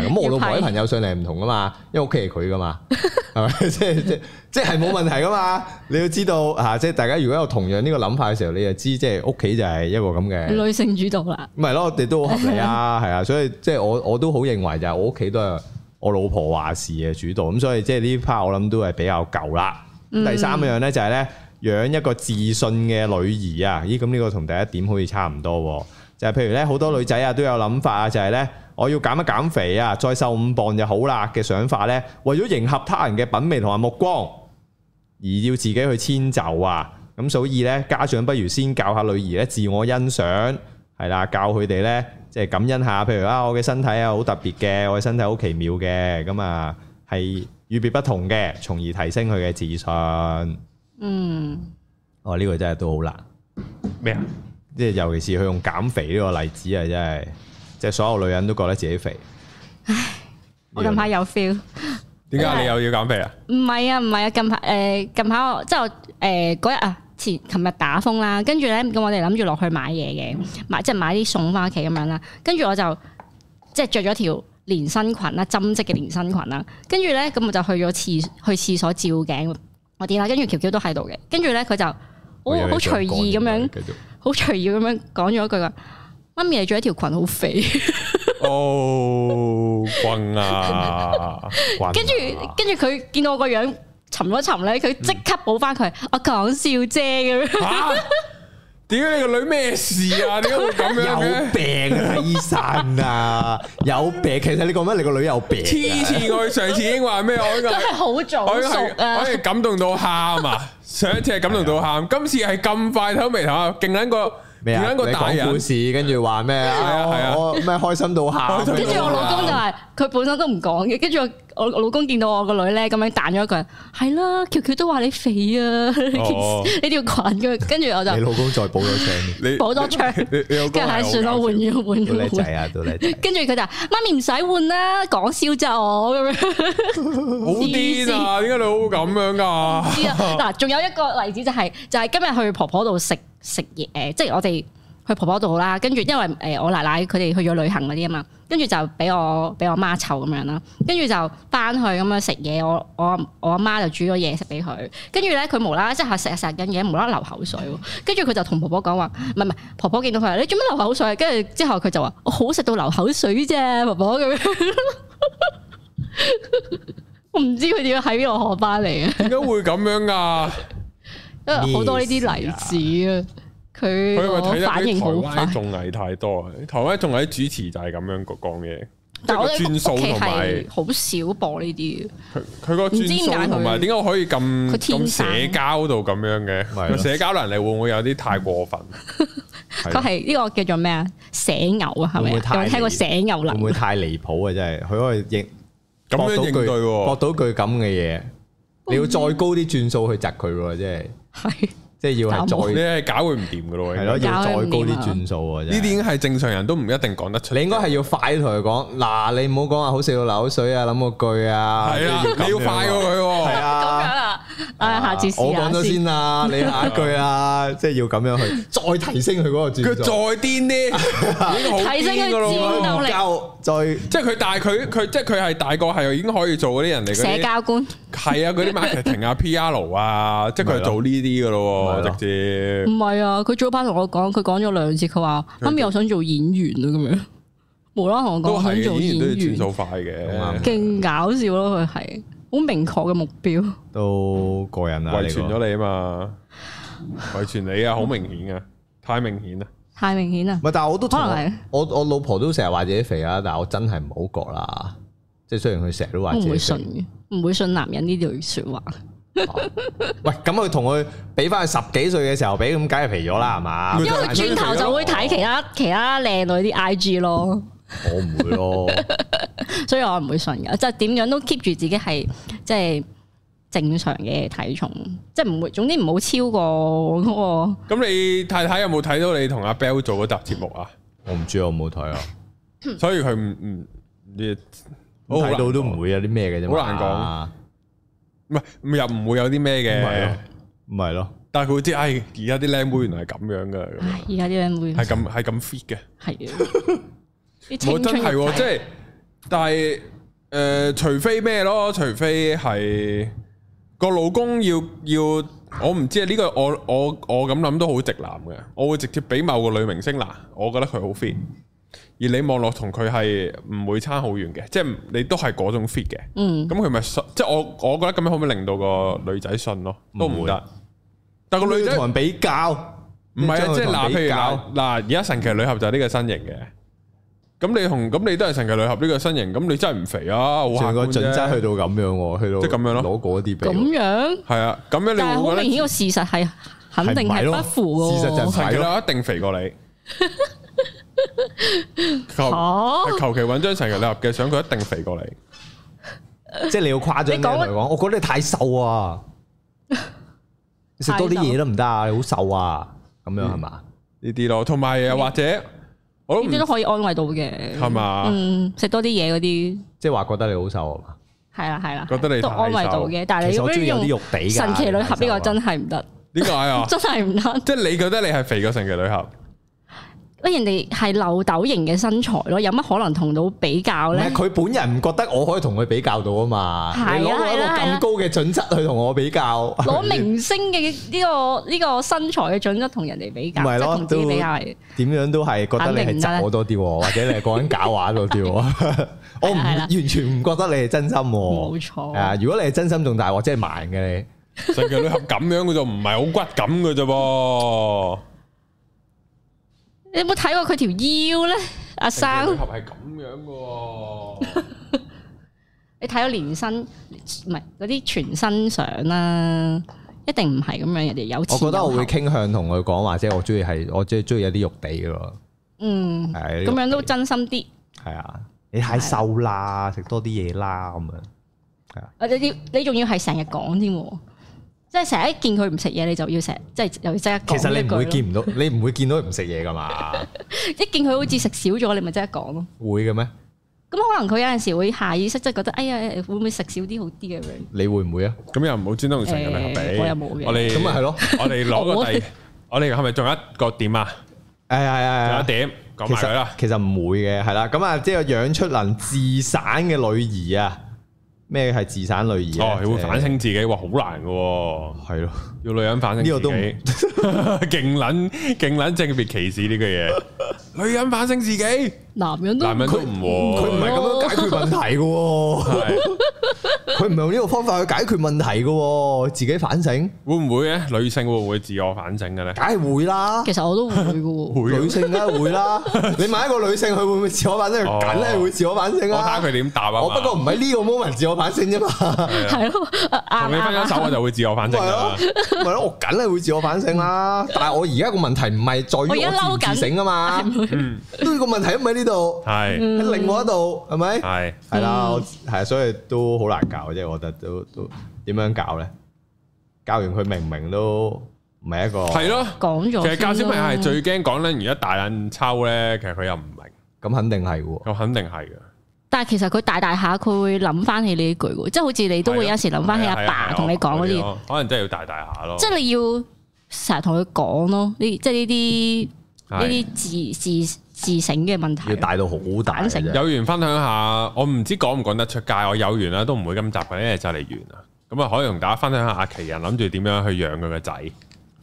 咁我老婆啲朋友上嚟唔同噶嘛，因為屋企係佢噶嘛， 係咪？即係即即係冇問題噶嘛。你要知道啊，即係大家如果有同樣呢個諗法嘅時候，你就知即係屋企就係一個咁嘅嗯女性主導啦，唔係咯，我哋都好合理啊，係啊，所以即係我我都好認為就係我屋企都係我老婆話事嘅主導，咁所以即係呢 part 我諗都係比較舊啦。嗯第三樣咧就係咧養一個自信嘅女兒啊，咦咁呢個同第一點好似差唔多喎，就係譬如咧好多女仔啊都有諗法啊，就係咧我要減一減肥啊，再瘦五磅就好啦嘅想法咧，為咗迎合他人嘅品味同埋目光。而要自己去遷就啊。咁所以咧，家長不如先教下女兒咧自我欣賞，係啦，教佢哋咧即係感恩下，譬如啊，我嘅身體啊好特別嘅，我嘅身體好奇妙嘅，咁啊係與別不同嘅，從而提升佢嘅自信。哦，嗯，呢、個真係都好難，咩啊？即係尤其是佢用減肥呢個例子啊，真係即係所有女人都覺得自己肥。我近排有 feel。點解你又要減肥 啊？唔係啊，唔係啊，近排誒、近排我即係我誒嗰日啊，前琴日打風啦，跟住咧咁我哋諗住落去買嘢嘅，買即係買啲餸翻屋企咁樣啦，跟住我就即係着咗條連身裙啦，針織嘅連身裙啦，跟住咧咁我就去咗廁去廁所照鏡我啲啦，跟住喬喬都喺度嘅，跟住咧佢就我以好為好你想隨意咁講樣嘢，繼續好隨意咁樣講咗一句話，媽咪你着一條裙好肥。 哦，棍 啊！關跟住我啊跟住佢見到我個樣沉咗沉咧，佢即刻補翻佢，嗯我講笑啫咁樣。吓？點解你個女咩事啊？點解會咁樣有嘅？病啊，睇醫生啊，有病。其實你講咩？你個女有病啊。黐線！我上次已經話咩？我佢係係 好我早熟係啊我，係感動到喊啊！上一次係感動到喊，今次係咁快唞眉頭啊！勁撚個咩勁啊？撚你個大講故人。事，跟住話咩啊係啊啊？我我咩開心到喊，開跟心住我老公就係佢本身都唔講嘅，跟住我我老公見到我個女咧咁樣彈咗一句，係啦，喬喬都話你肥啊， 哦你條裙嘅，跟住我就你老公再補咗聲，你補多槍你你你老公跟住係好係算啦，搞笑換咗換到叻咗仔換。啊，到叻仔。跟住佢就話媽咪唔使換啦，講笑咋我咁樣。好癲啊！點解你好咁樣噶？知啊。嗱，仲有一個例子就係、就係、今日去婆婆度食食嘢，誒、即係我哋去婆婆度啦。跟住因為誒、我奶奶佢哋去咗旅行嗰啲啊嘛，跟住就俾我俾我媽湊咁樣啦。跟住就翻去咁樣食嘢，我我我阿媽就煮咗嘢食俾佢。跟住咧佢無啦啦即係食食緊嘢，無啦啦流口水喎。跟住佢就同婆婆講話，唔係唔係，婆婆見到佢話你做乜流口水？跟住之後佢就話我哦好食到流口水啫，婆婆咁樣。 我唔知佢點樣喺邊度學翻嚟嘅。點解會咁樣啊噶？ 因為好多呢啲例子啊，佢佢咪睇個得反應比台好灣快。綜藝太多，啊台灣綜藝啲主持就係咁樣講嘢，但係我哋即係個屋轉數企同埋係好少播呢啲，佢佢個轉數同埋點解可以咁佢天生咁社交到咁樣嘅？係咯個社交能力會唔會有啲太過分？佢係呢個叫做咩啊？蛇牛啊，係會咪啊？唔會有太冇聽過蛇牛會男唔？會太離譜啊？真係佢可以應咁樣駁應到句對喎駁到句咁嘅嘢，你要再高啲轉數去窒佢喎，即係 係即係搞要係你再係搞佢唔掂噶咯，係咯，應該要再搞高佢唔掂啲啊轉數喎。呢真係啲已經係正常人都唔一定講得出。你應該係要快同佢講，嗱，你唔好講話好食到流水啊，諗個句啊，係啊，你要快過佢係喎。咁樣啊。啊！唉，下次我試講下咗先先。啦，你下一句啦，即係要咁樣去再提升佢嗰個佢轉再數，癲啲，已經好提升癲噶佢咯戰喎。鬥力，夠再即係佢，但係佢佢即係佢係大個係已經可以做嗰啲人嚟嗰社啲，交官係啊嗰啲 marketing 啊 PR 啊，即係佢係做呢啲噶咯咪喎，咯直唔接係啊！佢早排同我講，佢講咗兩次，佢話佢媽咪我想做演員啊，咁樣無啦啦同我都講想係做嘅，依然都要演轉員，數快啱嘅，勁搞笑咯！佢係好明確嘅目標。都過癮啦，遺呢個傳咗你啊嘛，遺傳你啊，好明顯啊，太明顯啦。太明顯啦唔！係，但係我都同可能係我我老婆都成日話自己肥啦，但係我真係唔好覺啦。即係雖然佢成日都話我自唔己會信肥，嘅，唔會信男人呢句説話。喂，咁佢同佢俾翻佢十幾歲嘅時候俾，咁梗係肥咗啦，係嘛？因因為轉頭就哦會睇其他其他靚女啲 I G 咯，我唔會咯，所以我唔會信嘅，即係點樣都 keep 住自己係即係正常嘅體重，即係唔會，總之唔好超過嗰、個。咁你太太有冇睇到你同阿 Bell 做嗰集節目啊？我唔知我冇睇啊，所以佢唔唔，你啊好睇難到都講唔會有啲咩嘅啫嘛。好難講唔係又唔會有啲咩唔係啊咯嘅，唔係咯，但係佢會知，唉，而家啲靚妹原來係咁樣噶，唉，而家啲靚妹係咁係咁 fit 嘅。係啊， 啲冇青真春係肉喎，體即係但係诶，呃除非咩咯？除非係個老公要要，我唔知啊。呢個我我我咁諗都好直男嘅，我會直接俾某個女明星嗱，我覺得佢好 fit，而你望落同佢係唔會差好遠嘅，即係你都係嗰種 fit 嘅。嗯咁佢咪信？即係我我覺得咁樣可唔可以令到個女仔信咯？都唔唔會得。但個個女女仔同人比較，唔係啊，將佢即係同人嗱，比譬如較嗱嗱，而家神奇女俠就係呢個身形嘅。咁你同咁你都係神奇女俠呢個身形，咁你真係唔肥啊，好客上個觀準則啫。去到咁樣喎，去到即係咁樣咯攞嗰啲比咁樣，係啊，咁樣你但係好會明覺顯得個事實係肯定係不符嘅喎。係咪咯事實就係神奇女俠一定 肥過你。求嚇求其揾張神奇女俠嘅相，佢一定肥過你。即係你要誇張啲你同講佢講，我覺得你太瘦啊，你食多啲嘢得唔得啊？你好瘦啊，咁樣嗯係嘛？呢啲咯，同埋又或者我都唔呢啲都可以安慰到嘅，係嘛嗯，食多啲嘢嗰啲即係話覺得你好瘦啊嘛？係啦係啦，覺得你都太安慰瘦到嘅。但係你其實我咁中樣意有用啲肉地㗎。神奇女俠呢個真係係唔得，點解哦啊？真係 唔得。即係你覺得你係肥過神奇女 俠？喂，人哋係漏斗型嘅身材咯，有乜可能同到比較唔咧係？佢本人唔覺得我可以同佢比較到啊嘛？係啊你攞到一個係啊係咁啊高嘅準則去同我比 較，攞明星嘅呢個呢個身材嘅準則同人哋比較，唔即係係咯同自己比較係點樣都係覺得你係窒我多啲喎，或者你係講緊假話多啲喎。我唔 係啦係啦完全唔覺得你係真心喎。冇錯。啊！如果你係真心仲大鑊，即係盲嘅你。神奇女俠咁樣佢就唔係好骨感嘅啫噃。你有冇睇過佢條腰咧？阿生，合係咁樣嘅喎。你睇到連身唔係嗰啲全身相啦，一定唔係咁樣。人哋有我錢覺得我有會後傾向同佢講話，即係我中意係我中意中意有啲肉地嘅喎。嗯，係咁樣都真心啲。係啊！你太瘦啦，食多啲嘢啦咁樣。或者啲啊你仲要係成日講添喎，即係成日一見佢唔食嘢，你就要成日即係又要即刻其講。實你唔會會見唔到，你唔會見到佢唔食嘢噶嘛？ 一見佢好似食少咗，你咪即刻講咯。會嘅咩？咁可能佢有陣時會下意識即係覺得，哎呀，會唔會食少啲好啲嘅咁樣？你會唔會啊？咁又唔好專登同成人嚟比，誒我又冇嘅我哋咁啊咪係咯，我哋攞個第，我哋係咪仲有一個點啊？係係係仲有係一。點講其埋佢實啦。其實唔會嘅，係啦。咁啊，即係養出能自省嘅女兒啊，咩係自省女兒哦啊？，佢會反省省自己，哇，好難嘅喎，係咯，要女人反省呢個自都唔己， 勁撚勁撚性別歧視呢個 嘢，女人反省自己，男人都男人都佢唔佢唔喎係咁樣解決問題嘅喎。係佢唔係用呢個方法去解決問題嘅喎，自己反省，會唔會咧？女性會唔會自我反省嘅咧？梗係會啦。其實我都會嘅 喎。女性梗係會啦，你問一個女性佢會唔會自我反省？哦梗係會自我反省我睇下啦。佢點答啊嘛。我不過唔喺呢個 moment 自我反省啫 嘛，係咯，啊啊同啱你分啱咗手，我就會自我反咪省咯啦。，咪咯，我梗係會自我反省啦。但係我而家個問題唔係在我而於家嬲我自緊唔自 省啊嘛， 呢嗯，個問題唔喺呢度，係嗯喺另外一度係咪？係哦係啦，我係啊，所以都好難搞啫。我覺得都都點樣搞咧？教完佢明唔明都唔係一個係咯。講咗。其實教小朋友係，最驚講咧，而家大撚抽咧，其實佢又唔明，咁，肯定係喎。我肯定係嘅。但係其實佢大大下，佢會諗翻起呢一句喎，即係好似你都會有時諗翻起阿係啊係啊係爸啊同你講嗰啲嘢，咯可能真係要大大下咯。即係你要成日同佢講咯，呢即係呢啲呢係啲自自自省嘅問題要。大到好大嘅反省啫，有緣分享下，我唔知講唔講得出街，我有緣啦，都唔會今集嘅，因為就嚟完啦。咁啊，可以同大家分享下阿奇人諗住點樣去養佢個仔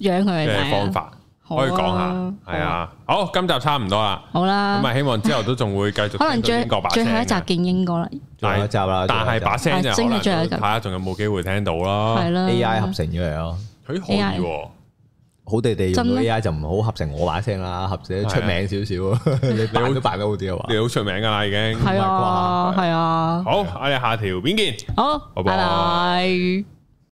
養佢係嘅咪方啊？法，好啊可以講下。係啊，好，今集差唔多啦，好啦咁，啊，希望之後都仲會繼續可能聽到最英國把最聲啊後一集嘅，見英國啦，最後一集啦，但係把聲就可能係啊最後一集睇下仲有冇機會聽到係啦。啦哦 A I 合成咗嚟咯，佢可以喎，好地地用真到咩 A I 就唔好合成我把聲啦，合成出名少少，啊 你扮都扮得好啲啊嘛你。好出名㗎啦已經。係啊唔係啩係啊，好，我哋下條片見。好，拜拜拜拜。